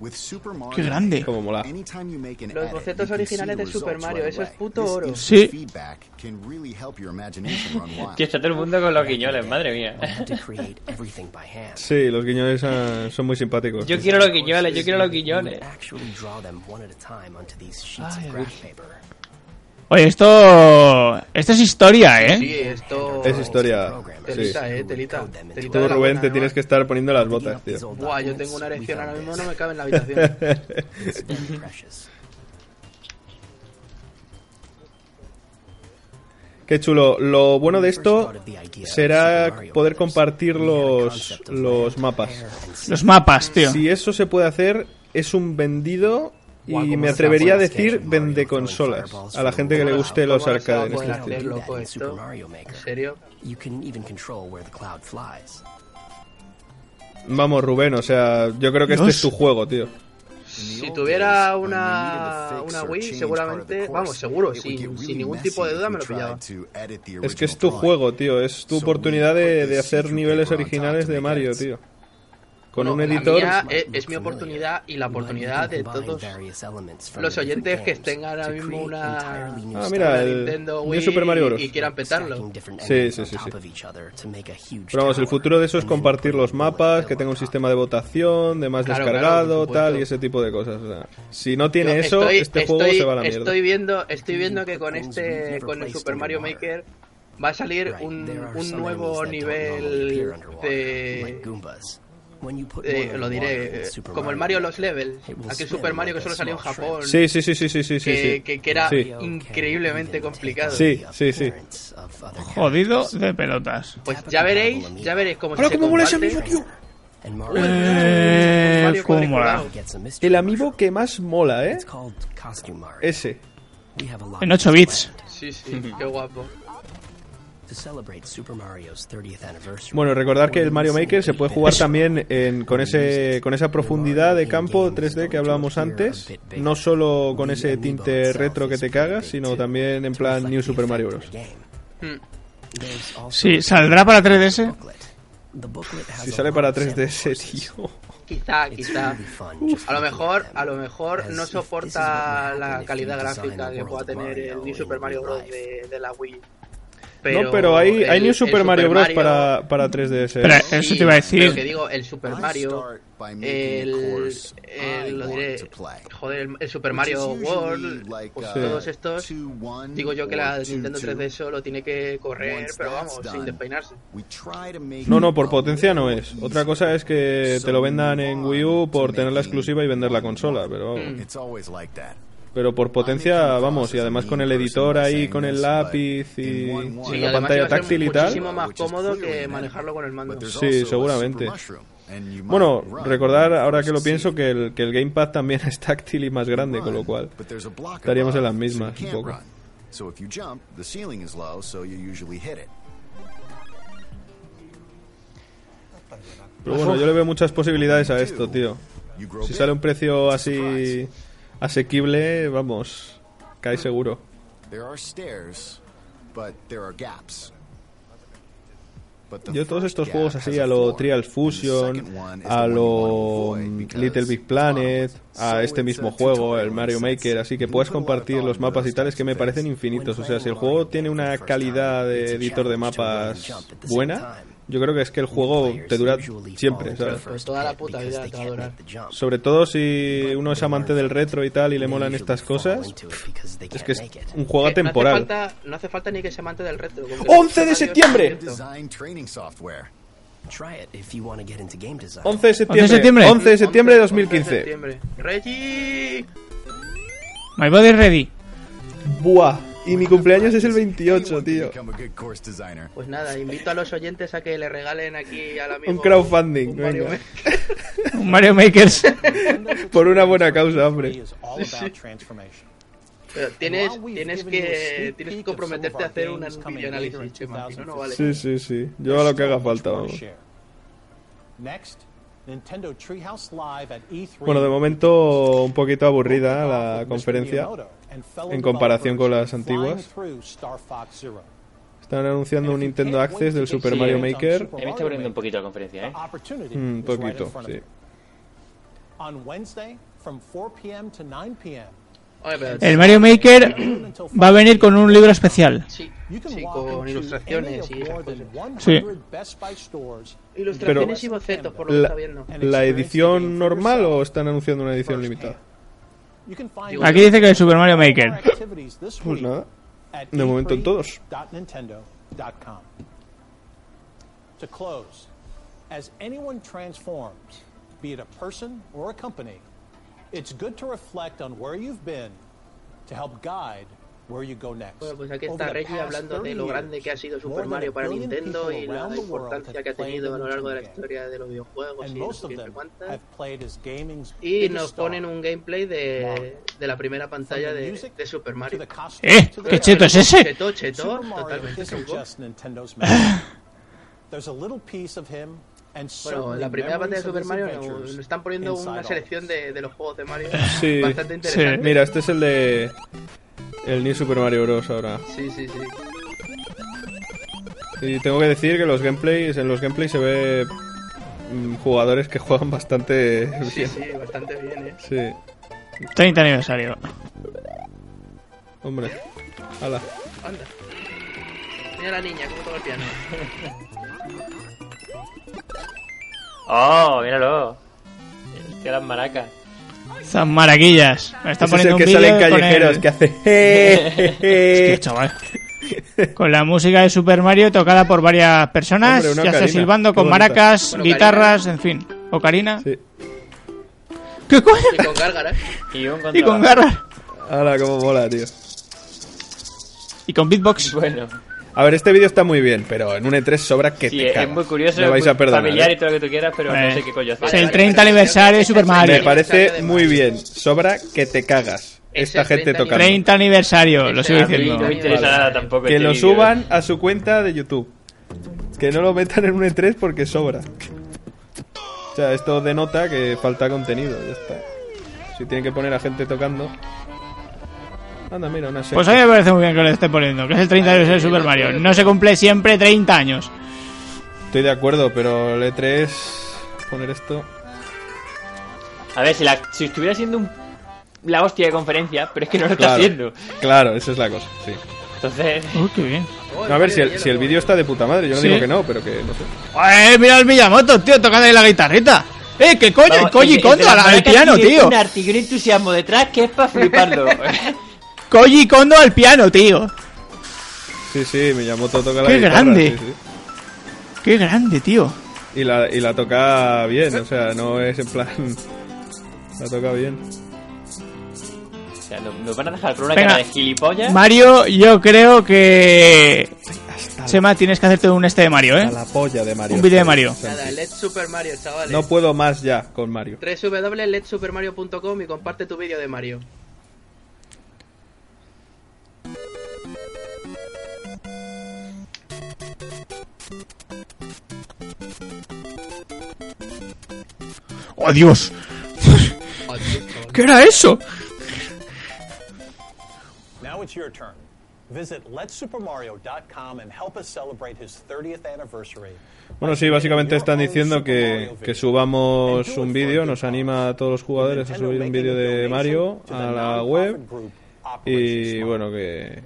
[SPEAKER 6] With Super Mario,
[SPEAKER 2] Qué grande.
[SPEAKER 5] Como mola.
[SPEAKER 6] anytime you make an
[SPEAKER 4] Los
[SPEAKER 6] edit,
[SPEAKER 4] bocetos
[SPEAKER 6] you can see
[SPEAKER 4] originales
[SPEAKER 6] the
[SPEAKER 4] de Super
[SPEAKER 6] results
[SPEAKER 4] Mario,
[SPEAKER 6] right
[SPEAKER 4] eso es
[SPEAKER 6] away.
[SPEAKER 4] puto
[SPEAKER 6] This
[SPEAKER 4] oro.
[SPEAKER 6] instant
[SPEAKER 2] Sí.
[SPEAKER 6] feedback can really help your imagination run wild.
[SPEAKER 3] Tío, está todo el mundo con los guiñoles, madre mía.
[SPEAKER 7] We had to create everything by hand.
[SPEAKER 5] Sí, los guiñones ah, son muy simpáticos.
[SPEAKER 3] Yo quiero los guiñoles, yo quiero los guiñoles.
[SPEAKER 7] Actually draw them one at a time onto these sheets of graph paper.
[SPEAKER 2] Oye, esto... Esto es historia,
[SPEAKER 4] Sí,
[SPEAKER 2] ¿eh?
[SPEAKER 4] esto...
[SPEAKER 5] Es historia. Sí.
[SPEAKER 4] Telita, eh, telita. telita
[SPEAKER 5] Tú,
[SPEAKER 4] de la
[SPEAKER 5] Rubén,
[SPEAKER 4] buena,
[SPEAKER 5] te
[SPEAKER 4] ¿no?
[SPEAKER 5] tienes que estar poniendo las botas, tío.
[SPEAKER 4] Buah, yo tengo una erección ahora mismo, no me cabe en la habitación.
[SPEAKER 7] precious.
[SPEAKER 5] Qué chulo. Lo bueno de esto será poder compartir los, los mapas.
[SPEAKER 2] Los mapas, tío.
[SPEAKER 5] Si eso se puede hacer, es un vendido y me atrevería a decir vende consolas a la gente que le guste los arcades. en este
[SPEAKER 4] Bueno,
[SPEAKER 5] estilo.
[SPEAKER 4] es loco
[SPEAKER 7] in Super
[SPEAKER 4] esto.
[SPEAKER 7] Mario Maker.
[SPEAKER 4] ¿En serio?
[SPEAKER 7] You can even control where the cloud flies.
[SPEAKER 5] Vamos, Rubén, o sea, yo creo que este
[SPEAKER 2] Dios.
[SPEAKER 5] es tu juego, tío.
[SPEAKER 4] Si tuviera una, una Wii, seguramente, vamos, seguro, sin, sin ningún tipo de duda me lo pillaba.
[SPEAKER 5] Es que es tu juego, tío. Es tu oportunidad de, de hacer niveles originales de Mario, tío. Con un
[SPEAKER 4] la
[SPEAKER 5] editor.
[SPEAKER 4] mía es, es mi oportunidad y la oportunidad de todos los oyentes que estén ahora mismo una-
[SPEAKER 5] Ah, mira, el
[SPEAKER 4] Nintendo
[SPEAKER 5] New
[SPEAKER 4] Wii
[SPEAKER 5] Super Mario Bros.
[SPEAKER 4] y quieran petarlo.
[SPEAKER 5] Sí, sí, sí, sí. Pero vamos, el futuro de eso es compartir los mapas, que tenga un sistema de votación, de más
[SPEAKER 4] este Claro,
[SPEAKER 5] descargado,
[SPEAKER 4] claro, por
[SPEAKER 5] tal,
[SPEAKER 4] supuesto.
[SPEAKER 5] y ese tipo de cosas. o sea, si no
[SPEAKER 4] Yo
[SPEAKER 5] tiene eso,
[SPEAKER 4] estoy-
[SPEAKER 5] este
[SPEAKER 4] estoy-
[SPEAKER 5] juego se va a la mierda.
[SPEAKER 4] estoy viendo, estoy viendo que con este, con el Super Mario Maker va a salir un, un nuevo nivel de,
[SPEAKER 7] When you put
[SPEAKER 4] Eh,
[SPEAKER 7] one
[SPEAKER 4] lo
[SPEAKER 7] on water
[SPEAKER 4] diré,
[SPEAKER 7] with
[SPEAKER 4] eh,
[SPEAKER 7] Super
[SPEAKER 4] como el Mario
[SPEAKER 7] Mario,
[SPEAKER 4] Los Level,
[SPEAKER 7] It will
[SPEAKER 4] aquel
[SPEAKER 7] swim
[SPEAKER 4] Super Mario que
[SPEAKER 7] like
[SPEAKER 4] solo
[SPEAKER 7] a
[SPEAKER 4] salió en
[SPEAKER 7] small
[SPEAKER 4] Japón,
[SPEAKER 5] Sí, sí, sí, sí, sí, sí, sí.
[SPEAKER 4] que,
[SPEAKER 5] sí.
[SPEAKER 4] que- que era
[SPEAKER 5] Sí.
[SPEAKER 4] increíblemente complicado.
[SPEAKER 5] Sí, sí, sí.
[SPEAKER 2] Jodido de pelotas.
[SPEAKER 4] Pues ya veréis, ya veréis cómo
[SPEAKER 5] Ahora,
[SPEAKER 4] se
[SPEAKER 5] ¿cómo mola ese
[SPEAKER 4] comparte.
[SPEAKER 5] amigo, tío?
[SPEAKER 7] And
[SPEAKER 4] Uy,
[SPEAKER 7] Mario
[SPEAKER 2] Eh,
[SPEAKER 4] Mario
[SPEAKER 2] cómo
[SPEAKER 4] cuadriculado.
[SPEAKER 2] mola.
[SPEAKER 7] gets a mystery.
[SPEAKER 5] El amigo que más mola, ¿eh?
[SPEAKER 7] It's called Costume Mario.
[SPEAKER 5] Ese.
[SPEAKER 7] We have a lot
[SPEAKER 2] En
[SPEAKER 7] of
[SPEAKER 2] 8 bits.
[SPEAKER 4] Sí, sí, qué guapo.
[SPEAKER 7] to celebrate Super Mario's 30th anniversary.
[SPEAKER 5] Bueno, recordar que el Mario Maker se puede jugar también en- con, ese, con esa profundidad de campo 3D que hablábamos antes. No solo con ese tinte retro que te cagas, sino también en plan New Super Mario Bros.
[SPEAKER 2] Hmm. Sí, ¿saldrá para 3DS?
[SPEAKER 5] Si sale para 3DS, tío.
[SPEAKER 4] Quizá, quizá. A lo mejor, a lo mejor no soporta la calidad gráfica que pueda tener el New Super Mario Bros. de, de la Wii.
[SPEAKER 5] no, pero hay, hay
[SPEAKER 4] el-
[SPEAKER 5] New
[SPEAKER 4] el
[SPEAKER 5] Super Mario Bros. Para, para ¿eh? 3DS.
[SPEAKER 2] Espera,
[SPEAKER 4] Sí,
[SPEAKER 2] eso te iba a
[SPEAKER 4] pero que
[SPEAKER 2] decir.
[SPEAKER 4] digo, el Super Mario, el, el- lo diré, joder, el, el Super Mario World,
[SPEAKER 6] uh,
[SPEAKER 4] pues
[SPEAKER 5] Sí.
[SPEAKER 4] todos estos, digo yo que la Nintendo 3DS lo tiene que correr, pero vamos, sin despeinarse.
[SPEAKER 5] No, no, por potencia no es. Otra cosa es que te lo vendan en Wii U por tener la exclusiva y vender la consola, pero,
[SPEAKER 4] Mm.
[SPEAKER 6] It's always like that.
[SPEAKER 5] pero por potencia, vamos, y además con el editor ahí, con
[SPEAKER 6] eh.
[SPEAKER 5] el lápiz y
[SPEAKER 4] Sí,
[SPEAKER 5] la
[SPEAKER 4] además iba
[SPEAKER 5] pantalla
[SPEAKER 4] a ser
[SPEAKER 5] táctil y
[SPEAKER 4] muchísimo
[SPEAKER 5] tal.
[SPEAKER 4] más cómodo que manejarlo con el mando.
[SPEAKER 6] ¿eh? But there's
[SPEAKER 5] Sí,
[SPEAKER 6] also a
[SPEAKER 5] seguramente.
[SPEAKER 6] super mushroom, and you might
[SPEAKER 5] Bueno,
[SPEAKER 6] run
[SPEAKER 5] recordar
[SPEAKER 6] when you
[SPEAKER 5] ahora
[SPEAKER 6] first
[SPEAKER 5] que lo pienso
[SPEAKER 6] see
[SPEAKER 5] que el, que el gamepad también es táctil y más grande, con lo cual.
[SPEAKER 6] But there's a block
[SPEAKER 5] estaríamos en
[SPEAKER 6] above,
[SPEAKER 5] las mismas,
[SPEAKER 6] so you
[SPEAKER 5] un
[SPEAKER 6] can't
[SPEAKER 5] poco.
[SPEAKER 6] run. So if you jump, the ceiling is low, so you usually hit it.
[SPEAKER 5] Pero bueno, yo le veo muchas posibilidades a esto, tío.
[SPEAKER 6] You grow
[SPEAKER 5] Si
[SPEAKER 6] big.
[SPEAKER 5] sale un precio así asequible, vamos, cae seguro.
[SPEAKER 6] There are stairs, but there are gaps. But the
[SPEAKER 5] Yo todos
[SPEAKER 6] first
[SPEAKER 5] estos
[SPEAKER 6] gap
[SPEAKER 5] juegos
[SPEAKER 6] has
[SPEAKER 5] así
[SPEAKER 6] a
[SPEAKER 5] a lo
[SPEAKER 6] floor,
[SPEAKER 5] Trial
[SPEAKER 6] and the second one
[SPEAKER 5] Fusion,
[SPEAKER 6] is the
[SPEAKER 5] a
[SPEAKER 6] one you
[SPEAKER 5] lo
[SPEAKER 6] wanna avoid because
[SPEAKER 5] Little Big
[SPEAKER 6] it's
[SPEAKER 5] Planet,
[SPEAKER 6] bottomless. So
[SPEAKER 5] a este
[SPEAKER 6] it's
[SPEAKER 5] mismo
[SPEAKER 6] a
[SPEAKER 5] juego,
[SPEAKER 6] tutorial
[SPEAKER 5] el Mario
[SPEAKER 6] in a sense.
[SPEAKER 5] Maker, así que
[SPEAKER 6] You
[SPEAKER 5] puedes
[SPEAKER 6] put a lot of
[SPEAKER 5] compartir
[SPEAKER 6] thought
[SPEAKER 5] los
[SPEAKER 6] into
[SPEAKER 5] mapas y
[SPEAKER 6] those
[SPEAKER 5] tales que me
[SPEAKER 6] types of
[SPEAKER 5] parecen
[SPEAKER 6] things.
[SPEAKER 5] infinitos. O sea, si el
[SPEAKER 6] When
[SPEAKER 5] juego
[SPEAKER 6] playing
[SPEAKER 5] tiene
[SPEAKER 6] Mario
[SPEAKER 5] una
[SPEAKER 6] Maker
[SPEAKER 5] calidad
[SPEAKER 6] first time,
[SPEAKER 5] de
[SPEAKER 6] it's a
[SPEAKER 5] editor de
[SPEAKER 7] challenge to run and
[SPEAKER 5] mapas
[SPEAKER 7] jump at the same
[SPEAKER 5] buena,
[SPEAKER 7] time.
[SPEAKER 5] yo creo que es que el juego te dura siempre, ¿sabes?
[SPEAKER 4] Toda la puta vida te va a durar.
[SPEAKER 5] Sobre todo si uno es amante del retro y tal y le molan estas cosas, es que es un juego
[SPEAKER 4] Que No hace,
[SPEAKER 5] atemporal.
[SPEAKER 4] falta, no hace falta ni que se amante del retro. con que
[SPEAKER 5] 11 de
[SPEAKER 4] Mario
[SPEAKER 5] septiembre.
[SPEAKER 4] es perfecto.
[SPEAKER 6] Design training software.
[SPEAKER 7] Try it if you want to get into game design.
[SPEAKER 5] 11 de septiembre, 11 de septiembre,
[SPEAKER 2] septiembre.
[SPEAKER 4] 11
[SPEAKER 5] de
[SPEAKER 4] 11 de
[SPEAKER 5] 2015.
[SPEAKER 4] septiembre. Reggie.
[SPEAKER 2] My body ready.
[SPEAKER 5] Buah, y mi cumpleaños es el 28, tío.
[SPEAKER 6] Become a good course designer.
[SPEAKER 4] Pues nada, invito a los oyentes a que le regalen aquí al amigo
[SPEAKER 5] Un crowdfunding,
[SPEAKER 4] un Mario
[SPEAKER 5] venga.
[SPEAKER 4] Maker.
[SPEAKER 2] Un Mario Makers.
[SPEAKER 5] Por una buena causa, hombre.
[SPEAKER 4] Pero tienes, tienes que tienes que comprometerte a hacer un video análisis, Chema, si no, no vale.
[SPEAKER 5] Sí, sí, sí. Yo a lo que haga falta, vamos.
[SPEAKER 4] eh.
[SPEAKER 7] E
[SPEAKER 5] Bueno, de momento un poquito aburrida la conferencia en comparación con las antiguas. Están anunciando un Nintendo Access del Super
[SPEAKER 3] Sí.
[SPEAKER 5] Mario Maker.
[SPEAKER 3] A mí me está aburriendo un poquito la conferencia, ¿eh?
[SPEAKER 5] Un Mm, poquito, sí.
[SPEAKER 4] Oye, pero
[SPEAKER 2] El Mario Maker va a venir con un libro especial.
[SPEAKER 4] sí, sí, con ilustraciones y esas cosas.
[SPEAKER 2] Sí.
[SPEAKER 4] Ilustraciones y bocetos, por lo que
[SPEAKER 5] La-
[SPEAKER 4] está viendo.
[SPEAKER 5] ¿La edición normal o están anunciando una edición limitada?
[SPEAKER 4] Digo,
[SPEAKER 2] Aquí dice que el Super Mario Maker.
[SPEAKER 5] Pues nada. De momento en todos.
[SPEAKER 8] To close, as anyone transforms, be it a person or a company, it's good to reflect on where you've been to help guide where you go next.
[SPEAKER 4] Bueno, pues aquí está Reggie hablando de lo grande que ha sido Super Mario para Nintendo y la importancia que ha tenido a lo largo de la historia de los videojuegos y no sé qué, no sé cuántas. Y nos ponen un gameplay de, de la primera pantalla de, de Super Mario.
[SPEAKER 2] Eh, qué cheto es ese.
[SPEAKER 4] Cheto, cheto, totalmente chungo. Bueno, en la primera pantalla de Super Mario nos, nos están poniendo una selección de, de los juegos de Mario
[SPEAKER 5] Sí.
[SPEAKER 4] bastante interesante.
[SPEAKER 5] Mira, este es el de. El New Super Mario Bros. ahora.
[SPEAKER 4] Sí, sí, sí.
[SPEAKER 5] Y tengo que decir que los gameplays, en los gameplays se ve mm, jugadores que juegan bastante
[SPEAKER 4] Sí,
[SPEAKER 5] bien.
[SPEAKER 4] sí, bastante bien, ¿eh?
[SPEAKER 5] Sí,
[SPEAKER 2] 30 aniversario.
[SPEAKER 5] hombre. Ala.
[SPEAKER 4] Anda. Mira la niña, cómo toca el piano.
[SPEAKER 3] ¡Oh, míralo! El tío de las maracas.
[SPEAKER 2] Estas maraquillas. Me está
[SPEAKER 5] Ese es
[SPEAKER 2] poniendo
[SPEAKER 5] el
[SPEAKER 2] un
[SPEAKER 5] que
[SPEAKER 2] vídeo
[SPEAKER 5] sale en
[SPEAKER 2] con
[SPEAKER 5] callejeros,
[SPEAKER 2] el-
[SPEAKER 5] que hace. "Eh, eh".
[SPEAKER 2] Hostia, chaval. Con la música de Super Mario tocada por varias personas,
[SPEAKER 5] Hombre, una
[SPEAKER 2] ya sea
[SPEAKER 5] ocarina.
[SPEAKER 2] silbando
[SPEAKER 5] Qué
[SPEAKER 2] con
[SPEAKER 5] bonita.
[SPEAKER 2] maracas,
[SPEAKER 4] Bueno,
[SPEAKER 2] guitarras, en fin. Ocarina.
[SPEAKER 5] Sí.
[SPEAKER 2] ¿Qué coño?
[SPEAKER 4] Y con eh. gárgaras.
[SPEAKER 3] Y un
[SPEAKER 2] Y con
[SPEAKER 3] contrabajo.
[SPEAKER 2] garras.
[SPEAKER 5] Ahora, cómo mola, tío.
[SPEAKER 2] Y con beatbox.
[SPEAKER 3] Bueno,
[SPEAKER 5] A ver, este vídeo está muy bien, pero en un E3 sobra que
[SPEAKER 3] sí,
[SPEAKER 5] te
[SPEAKER 3] es
[SPEAKER 5] cagas.
[SPEAKER 3] muy curioso,
[SPEAKER 5] Me vais
[SPEAKER 3] muy
[SPEAKER 5] a perdonar.
[SPEAKER 3] familiar
[SPEAKER 5] ¿eh?
[SPEAKER 3] y todo lo que tú quieras, pero
[SPEAKER 2] Eh.
[SPEAKER 3] no sé qué coño hacer.
[SPEAKER 2] Es el
[SPEAKER 4] Vale,
[SPEAKER 2] 30
[SPEAKER 4] vale,
[SPEAKER 2] aniversario de
[SPEAKER 4] pero-
[SPEAKER 2] Super
[SPEAKER 5] Me
[SPEAKER 2] Mario.
[SPEAKER 5] parece muy bien. Sobra que te cagas.
[SPEAKER 4] Es
[SPEAKER 5] Esta
[SPEAKER 4] el
[SPEAKER 5] gente
[SPEAKER 4] 30
[SPEAKER 5] tocando.
[SPEAKER 2] 30 aniversario, lo sigo
[SPEAKER 3] A mí
[SPEAKER 2] diciendo.
[SPEAKER 3] no me interesa
[SPEAKER 4] Vale.
[SPEAKER 3] nada tampoco.
[SPEAKER 5] Que
[SPEAKER 3] este
[SPEAKER 5] lo
[SPEAKER 3] vídeo.
[SPEAKER 5] suban a su cuenta de YouTube. Que no lo metan en un E3 porque sobra. O sea, esto denota que falta contenido, ya está. Si tienen que poner a gente tocando. Anda, mira, una secta.
[SPEAKER 2] Pues a mí me parece muy bien que lo esté poniendo, que es el 30 aniversario de Super Mario. No se cumple siempre 30 años.
[SPEAKER 5] Estoy de acuerdo, pero el E3 poner esto.
[SPEAKER 3] A ver, si, la, si estuviera siendo un, la hostia de conferencia, pero es que no lo está
[SPEAKER 5] Claro.
[SPEAKER 3] haciendo.
[SPEAKER 5] Claro, esa es la cosa, sí.
[SPEAKER 3] Entonces,
[SPEAKER 2] Uy, qué bien.
[SPEAKER 4] Oh,
[SPEAKER 5] No, a ver si
[SPEAKER 4] Mario
[SPEAKER 5] el, si el
[SPEAKER 4] Hielo.
[SPEAKER 5] vídeo está de puta madre, yo no
[SPEAKER 2] Sí.
[SPEAKER 5] digo que no, pero que no sé.
[SPEAKER 2] ¡Eh, mira el Miyamoto, tío, tocando ahí la guitarrita! ¡Eh, qué coño,
[SPEAKER 3] vamos,
[SPEAKER 2] Koji
[SPEAKER 3] el- el de
[SPEAKER 2] Kondo
[SPEAKER 3] las
[SPEAKER 2] al, al
[SPEAKER 3] maracas
[SPEAKER 2] piano,
[SPEAKER 3] tiene
[SPEAKER 2] tío!
[SPEAKER 3] Un arte y un entusiasmo detrás que es para fliparlo.
[SPEAKER 2] Koji Kondo al piano, tío!
[SPEAKER 5] Sí, sí, Miyamoto toca la
[SPEAKER 2] ¡Qué
[SPEAKER 5] guitarra,
[SPEAKER 2] grande!
[SPEAKER 5] sí, sí.
[SPEAKER 2] ¡Qué grande, tío!
[SPEAKER 5] Y la, y la toca bien, o sea, no es en plan. La toca bien.
[SPEAKER 3] o sea, nos, nos van a dejar con una
[SPEAKER 2] Venga.
[SPEAKER 3] cara de
[SPEAKER 2] ¿Eh?
[SPEAKER 3] gilipollas.
[SPEAKER 2] Mario, yo creo que... Sema, tienes que hacerte un este de Mario, ¿eh?
[SPEAKER 5] A la polla de Mario.
[SPEAKER 2] Un vídeo de Mario.
[SPEAKER 4] Nada, Let's Super Mario, chavales.
[SPEAKER 5] No puedo más ya con Mario.
[SPEAKER 4] www.letsupermario.com y comparte tu vídeo de Mario.
[SPEAKER 2] ¡Oh, Dios!
[SPEAKER 4] Adiós, chaval.
[SPEAKER 2] ¿Qué era eso?
[SPEAKER 8] Now it's your turn. Visit letsupermario.com and help us celebrate his 30th anniversary.
[SPEAKER 5] Bueno, sí, básicamente están diciendo que, que subamos un vídeo, nos anima a todos los jugadores a subir un vídeo de Mario a la web y bueno, que,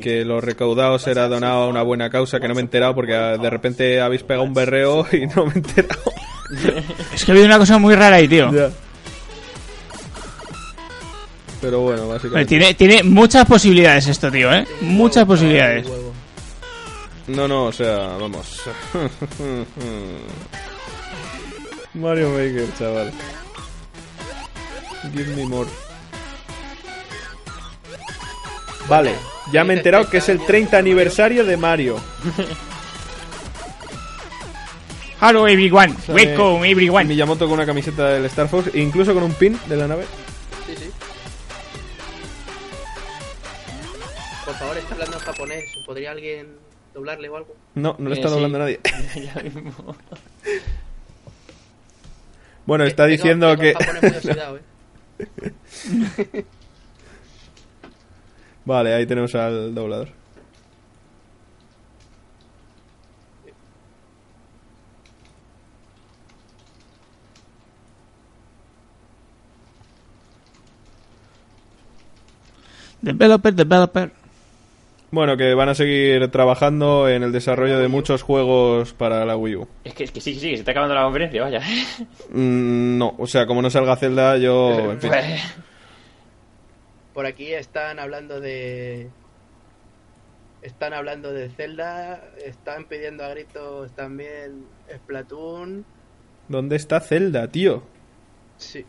[SPEAKER 5] que lo recaudado será donado a una buena causa, que no me he enterado porque ah, de repente habéis pegado un berreo y no me he enterado.
[SPEAKER 2] Es que ha habido una cosa muy rara ahí, tío.
[SPEAKER 5] Ya. Pero bueno,
[SPEAKER 2] Hombre,
[SPEAKER 5] básicamente...
[SPEAKER 2] Tiene, tiene muchas posibilidades esto, tío, ¿eh? Muchas posibilidades.
[SPEAKER 4] Huevo.
[SPEAKER 5] No, no, o sea, vamos. Mario Maker, chaval. Give me more. Vale, ya me he enterado que es el 30 aniversario de Mario.
[SPEAKER 2] Hello, everyone.
[SPEAKER 5] Sale
[SPEAKER 2] Welcome, everyone.
[SPEAKER 5] Miyamoto con una camiseta del Star Fox, e incluso con un pin de la nave.
[SPEAKER 4] Sí, sí. Por favor, está hablando en japonés. ¿Podría alguien doblarle o algo?
[SPEAKER 5] No, no le
[SPEAKER 3] Eh,
[SPEAKER 5] está
[SPEAKER 3] sí.
[SPEAKER 5] doblando nadie.
[SPEAKER 3] Ya mismo. Eh,
[SPEAKER 5] Bueno, está
[SPEAKER 4] Tengo-
[SPEAKER 5] diciendo
[SPEAKER 4] tengo el
[SPEAKER 5] que...
[SPEAKER 4] japonés muy oxidado, eh.
[SPEAKER 5] Vale, ahí tenemos al doblador.
[SPEAKER 2] Developer, developer.
[SPEAKER 5] Bueno, que van a seguir trabajando en el desarrollo de muchos juegos para la Wii U.
[SPEAKER 3] Es que, es que sí, que sí, que se está acabando la conferencia, vaya.
[SPEAKER 5] Mm, no, o sea, como no salga Zelda, yo. En fin.
[SPEAKER 3] Pues,
[SPEAKER 4] Por aquí están hablando de. Están hablando de Zelda. Están pidiendo a gritos también Splatoon.
[SPEAKER 5] ¿Dónde está Zelda, tío?
[SPEAKER 4] Sí.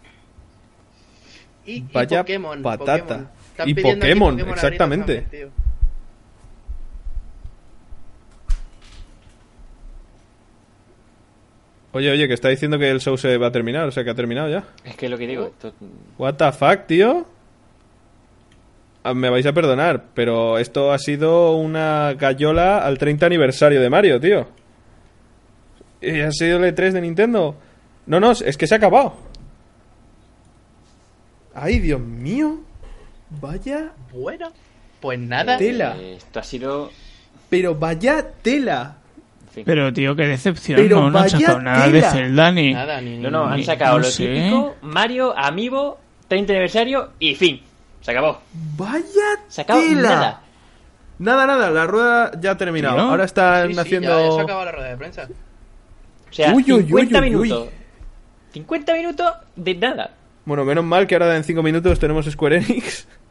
[SPEAKER 4] Y, y
[SPEAKER 5] Vaya
[SPEAKER 4] Pokémon.
[SPEAKER 5] patata.
[SPEAKER 4] Pokémon. Están
[SPEAKER 5] Y
[SPEAKER 4] pidiendo aquí
[SPEAKER 5] Pokémon,
[SPEAKER 4] a gritos
[SPEAKER 5] exactamente.
[SPEAKER 4] también, tío.
[SPEAKER 5] Oye, oye, que está diciendo que el show se va a terminar, o sea, que ha terminado ya.
[SPEAKER 3] es que es lo que digo, esto-
[SPEAKER 5] What the fuck, tío. Ah, Me vais a perdonar, pero esto ha sido una gallola al 30 aniversario de Mario, tío. Y ha sido el E3 de Nintendo. No, no, es que se ha acabado. Ay, Dios mío. Vaya,
[SPEAKER 4] Bueno, pues nada.
[SPEAKER 5] Tela.
[SPEAKER 3] eh, esto ha sido.
[SPEAKER 5] pero vaya tela.
[SPEAKER 3] en fin.
[SPEAKER 2] Pero, tío, qué decepción.
[SPEAKER 5] Pero
[SPEAKER 2] no, no han
[SPEAKER 5] vaya
[SPEAKER 2] sacado nada de
[SPEAKER 5] tela.
[SPEAKER 2] Zelda ni...
[SPEAKER 4] Nada, ni.
[SPEAKER 3] No, no, han
[SPEAKER 2] Ni-
[SPEAKER 3] sacado
[SPEAKER 2] Eh, no
[SPEAKER 3] lo
[SPEAKER 2] sé.
[SPEAKER 3] típico: Mario, Amiibo, 30 aniversario y fin. Se acabó.
[SPEAKER 5] Vaya
[SPEAKER 3] Se acabó nada.
[SPEAKER 5] Nada, nada, la rueda ya ha terminado.
[SPEAKER 2] Sí, ¿no?
[SPEAKER 5] Ahora están
[SPEAKER 4] Sí, sí,
[SPEAKER 5] haciendo.
[SPEAKER 4] ya, ya se acaba la rueda de prensa.
[SPEAKER 3] O sea,
[SPEAKER 5] Uy, uy, uy,
[SPEAKER 3] 50
[SPEAKER 5] uy, uy.
[SPEAKER 3] minutos. 50 minutos de nada.
[SPEAKER 5] Bueno, menos mal que ahora en 5 minutos tenemos Square Enix.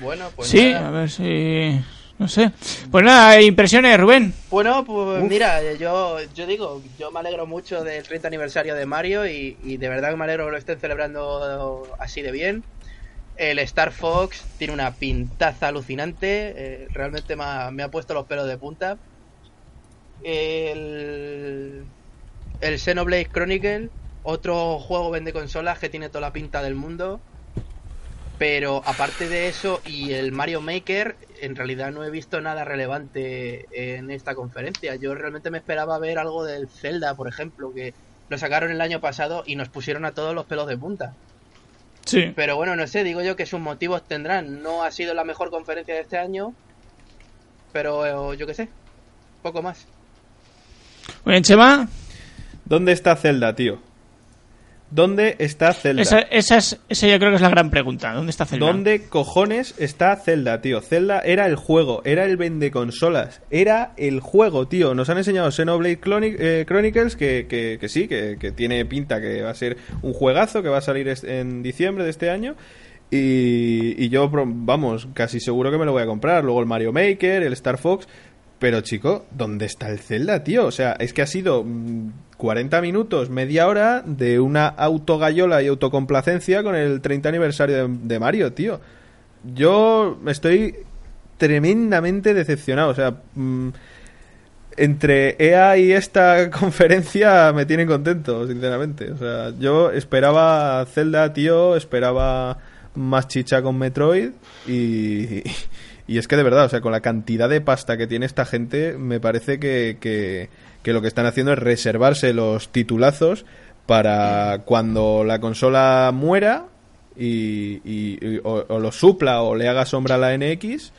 [SPEAKER 4] Bueno, pues
[SPEAKER 2] Sí,
[SPEAKER 4] nada.
[SPEAKER 2] a ver si... No sé. Pues nada, impresiones, Rubén.
[SPEAKER 4] Bueno, pues mira, yo, yo digo, yo me alegro mucho del 30 aniversario de Mario y, y de verdad que me alegro que lo estén celebrando así de bien. El Star Fox tiene una pintaza alucinante, eh, realmente me ha, me ha puesto los pelos de punta. El, el Xenoblade Chronicle, otro juego vende consolas que tiene toda la pinta del mundo. Pero aparte de eso y el Mario Maker, en realidad no he visto nada relevante en esta conferencia. Yo realmente me esperaba ver algo del Zelda, por ejemplo, que lo sacaron el año pasado y nos pusieron a todos los pelos de punta.
[SPEAKER 2] Sí.
[SPEAKER 4] Pero bueno, no sé, digo yo que sus motivos tendrán. No ha sido la mejor conferencia de este año, pero yo qué sé, poco más.
[SPEAKER 2] Bueno, Chema.
[SPEAKER 5] ¿Dónde está Zelda, tío? ¿Dónde está Zelda?
[SPEAKER 2] Esa, esa es- esa yo creo que es la gran pregunta. ¿Dónde está Zelda?
[SPEAKER 5] ¿Dónde cojones está Zelda, tío? Zelda era el juego, era el vende consolas, era el juego, tío. Nos han enseñado Xenoblade Cloni- eh, Chronicles que, que- que sí, que, que tiene pinta que va a ser un juegazo que va a salir es- en diciembre de este año. Y, y yo, pro- vamos, casi seguro que me lo voy a comprar. Luego el Mario Maker, el Star Fox. Pero chico, ¿dónde está el Zelda, tío? O sea, es que ha sido mm, 40 minutos, media hora de una autogayola y autocomplacencia con el 30 aniversario de, de Mario, tío. Yo estoy tremendamente decepcionado. O sea, mm, entre EA y esta conferencia me tienen contento, sinceramente. O sea, yo esperaba Zelda, tío, esperaba más chicha con Metroid y... Y es que de verdad, o sea, con la cantidad de pasta que tiene esta gente, me parece que, que, que lo que están haciendo es reservarse los titulazos para cuando la consola muera y, y- y- o, o lo supla o le haga sombra a la NX.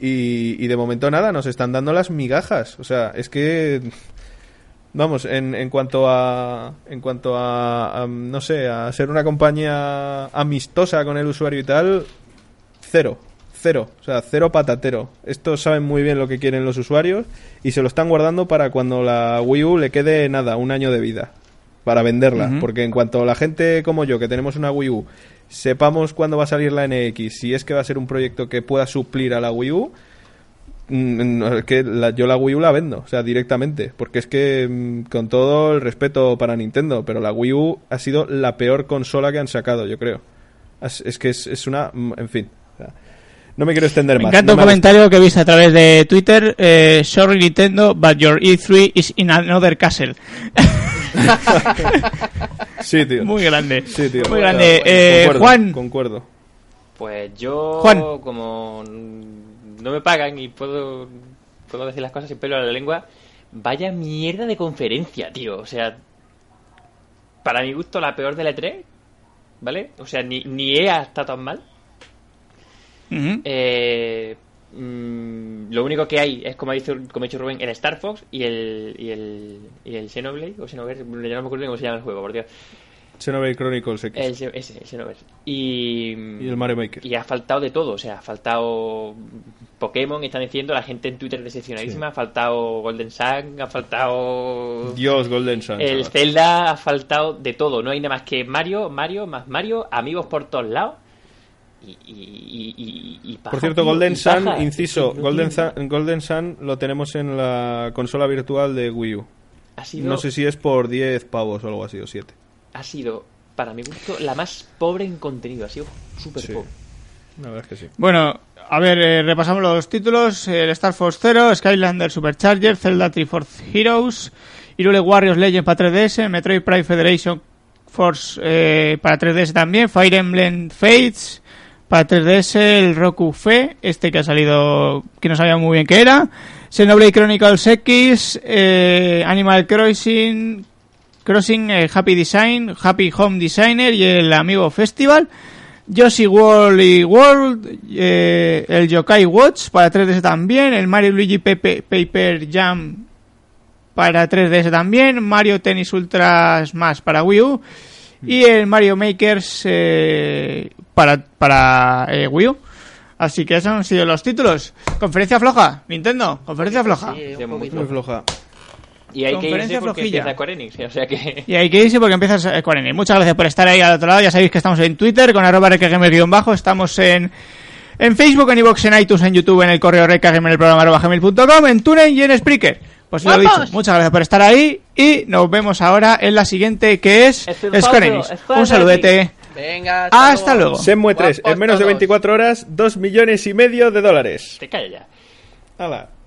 [SPEAKER 5] Y, y de momento nada, nos están dando las migajas. O sea, es que. Vamos, en, en cuanto a. En cuanto a, a. No sé, a ser una compañía amistosa con el usuario y tal, cero. Cero, o sea, cero patatero. Estos saben muy bien lo que quieren los usuarios y se lo están guardando para cuando la Wii U le quede nada, un año de vida. Para venderla.
[SPEAKER 2] Ujú.
[SPEAKER 5] Porque en cuanto la gente como yo, que tenemos una Wii U, sepamos cuándo va a salir la NX, si es que va a ser un proyecto que pueda suplir a la Wii U, Mm, no, es que la- yo la Wii U la vendo, o sea, directamente. Porque es que, mm, con todo el respeto para Nintendo, pero la Wii U ha sido la peor consola que han sacado, yo creo. Es, es que es, es una. mm, En fin. o sea, no me quiero extender
[SPEAKER 2] Me
[SPEAKER 5] más.
[SPEAKER 2] encanta
[SPEAKER 5] no
[SPEAKER 2] un
[SPEAKER 5] me hagas-
[SPEAKER 2] comentario que viste a través de Twitter. eh, Sorry Nintendo, but your E3 is in another castle.
[SPEAKER 5] Sí, tío.
[SPEAKER 2] Muy grande.
[SPEAKER 5] Sí, tío.
[SPEAKER 2] Muy grande. Eh,
[SPEAKER 5] Concuerdo,
[SPEAKER 2] Juan,
[SPEAKER 5] Concuerdo.
[SPEAKER 3] Pues yo,
[SPEAKER 2] Juan.
[SPEAKER 3] como no me pagan y puedo, puedo decir las cosas sin pelo a la lengua, vaya mierda de conferencia, tío. O sea, para mi gusto la peor de la E3, ¿vale? O sea, ni, ni EA está tan mal.
[SPEAKER 2] Ujú.
[SPEAKER 3] Eh, mm, lo único que hay es, como ha dicho, como ha dicho Rubén, el Star Fox y el, y el, y el Xenoblade, o Xenoverse, ya no me acuerdo ni cómo se llama el juego, por Dios.
[SPEAKER 5] Xenoblade Chronicles X.
[SPEAKER 3] El, Xe- ese, el Xenoverse. Y,
[SPEAKER 5] Y el Mario Maker.
[SPEAKER 3] y ha faltado de todo, o sea, ha faltado Pokémon, están diciendo, la gente en Twitter decepcionadísima, ha faltado Golden Sun, ha faltado
[SPEAKER 5] Dios, Golden Sun.
[SPEAKER 3] el
[SPEAKER 5] chaval.
[SPEAKER 3] Zelda, ha faltado de todo, no hay nada más que Mario, Mario, más Mario, amigos por todos lados. Y, y, y- y- y paja,
[SPEAKER 5] Por cierto,
[SPEAKER 3] tío,
[SPEAKER 5] Golden
[SPEAKER 3] y
[SPEAKER 5] Sun,
[SPEAKER 3] paja.
[SPEAKER 5] inciso,
[SPEAKER 3] Es que no
[SPEAKER 5] Golden,
[SPEAKER 3] tiene-
[SPEAKER 5] Sun, Golden Sun lo tenemos en la consola virtual de Wii U.
[SPEAKER 3] ha sido,
[SPEAKER 5] No sé si es por 10 pavos o algo así, o 7.
[SPEAKER 3] ha sido, para mi gusto, la más pobre en contenido, ha sido súper
[SPEAKER 5] Sí.
[SPEAKER 3] pobre.
[SPEAKER 5] La verdad es que sí.
[SPEAKER 2] Bueno, a ver, eh, repasamos los títulos. El Star Fox 0, Skylander Supercharger, Zelda Triforce Heroes, Irule Warriors Legends para 3DS, Metroid Prime Federation Force eh, para 3DS también, Fire Emblem Fates para 3DS, el Roku Fe, este que ha salido, que no sabía muy bien qué era, Xenoblade Chronicles X, eh, Animal Crossing, Crossing eh, Happy Design, Happy Home Designer y el Amigo Festival. Yoshi Wally World, eh, el Yokai Watch para 3DS también, el Mario Luigi Pepe- Paper Jam para 3DS también, Mario Tennis Ultra Smash para Wii U y el Mario Makers eh, para, para eh, Wii U. Así que esos han sido los títulos. Conferencia floja, Nintendo, conferencia floja.
[SPEAKER 4] Sí,
[SPEAKER 3] De
[SPEAKER 4] un poquito.
[SPEAKER 3] momento.
[SPEAKER 5] Muy floja.
[SPEAKER 3] Y hay que irse
[SPEAKER 2] Conferencia
[SPEAKER 3] porque
[SPEAKER 2] flojilla.
[SPEAKER 3] empieza Square Enix, o sea que...
[SPEAKER 2] Y ahí que irse porque empiezas eh, con N. Muchas gracias por estar ahí al otro lado. Ya sabéis que estamos en Twitter con arroba rkgamer-bajo. Estamos en En Facebook, en iVoox, en iTunes, en YouTube, en el correo recagem en el programa arroba gmail.com, en TuneIn y en Spreaker. Pues lo dicho, muchas gracias por estar ahí y nos vemos ahora en la siguiente que es
[SPEAKER 3] Estoy
[SPEAKER 2] Square Enix.
[SPEAKER 3] enfadado,
[SPEAKER 2] Un saludete.
[SPEAKER 4] Venga,
[SPEAKER 2] Hasta luego.
[SPEAKER 5] Senmue 3, en
[SPEAKER 4] Guapos
[SPEAKER 5] menos de
[SPEAKER 4] todos.
[SPEAKER 5] 24 horas, 2 millones y medio de dólares.
[SPEAKER 3] Te calla ya.
[SPEAKER 5] Hala.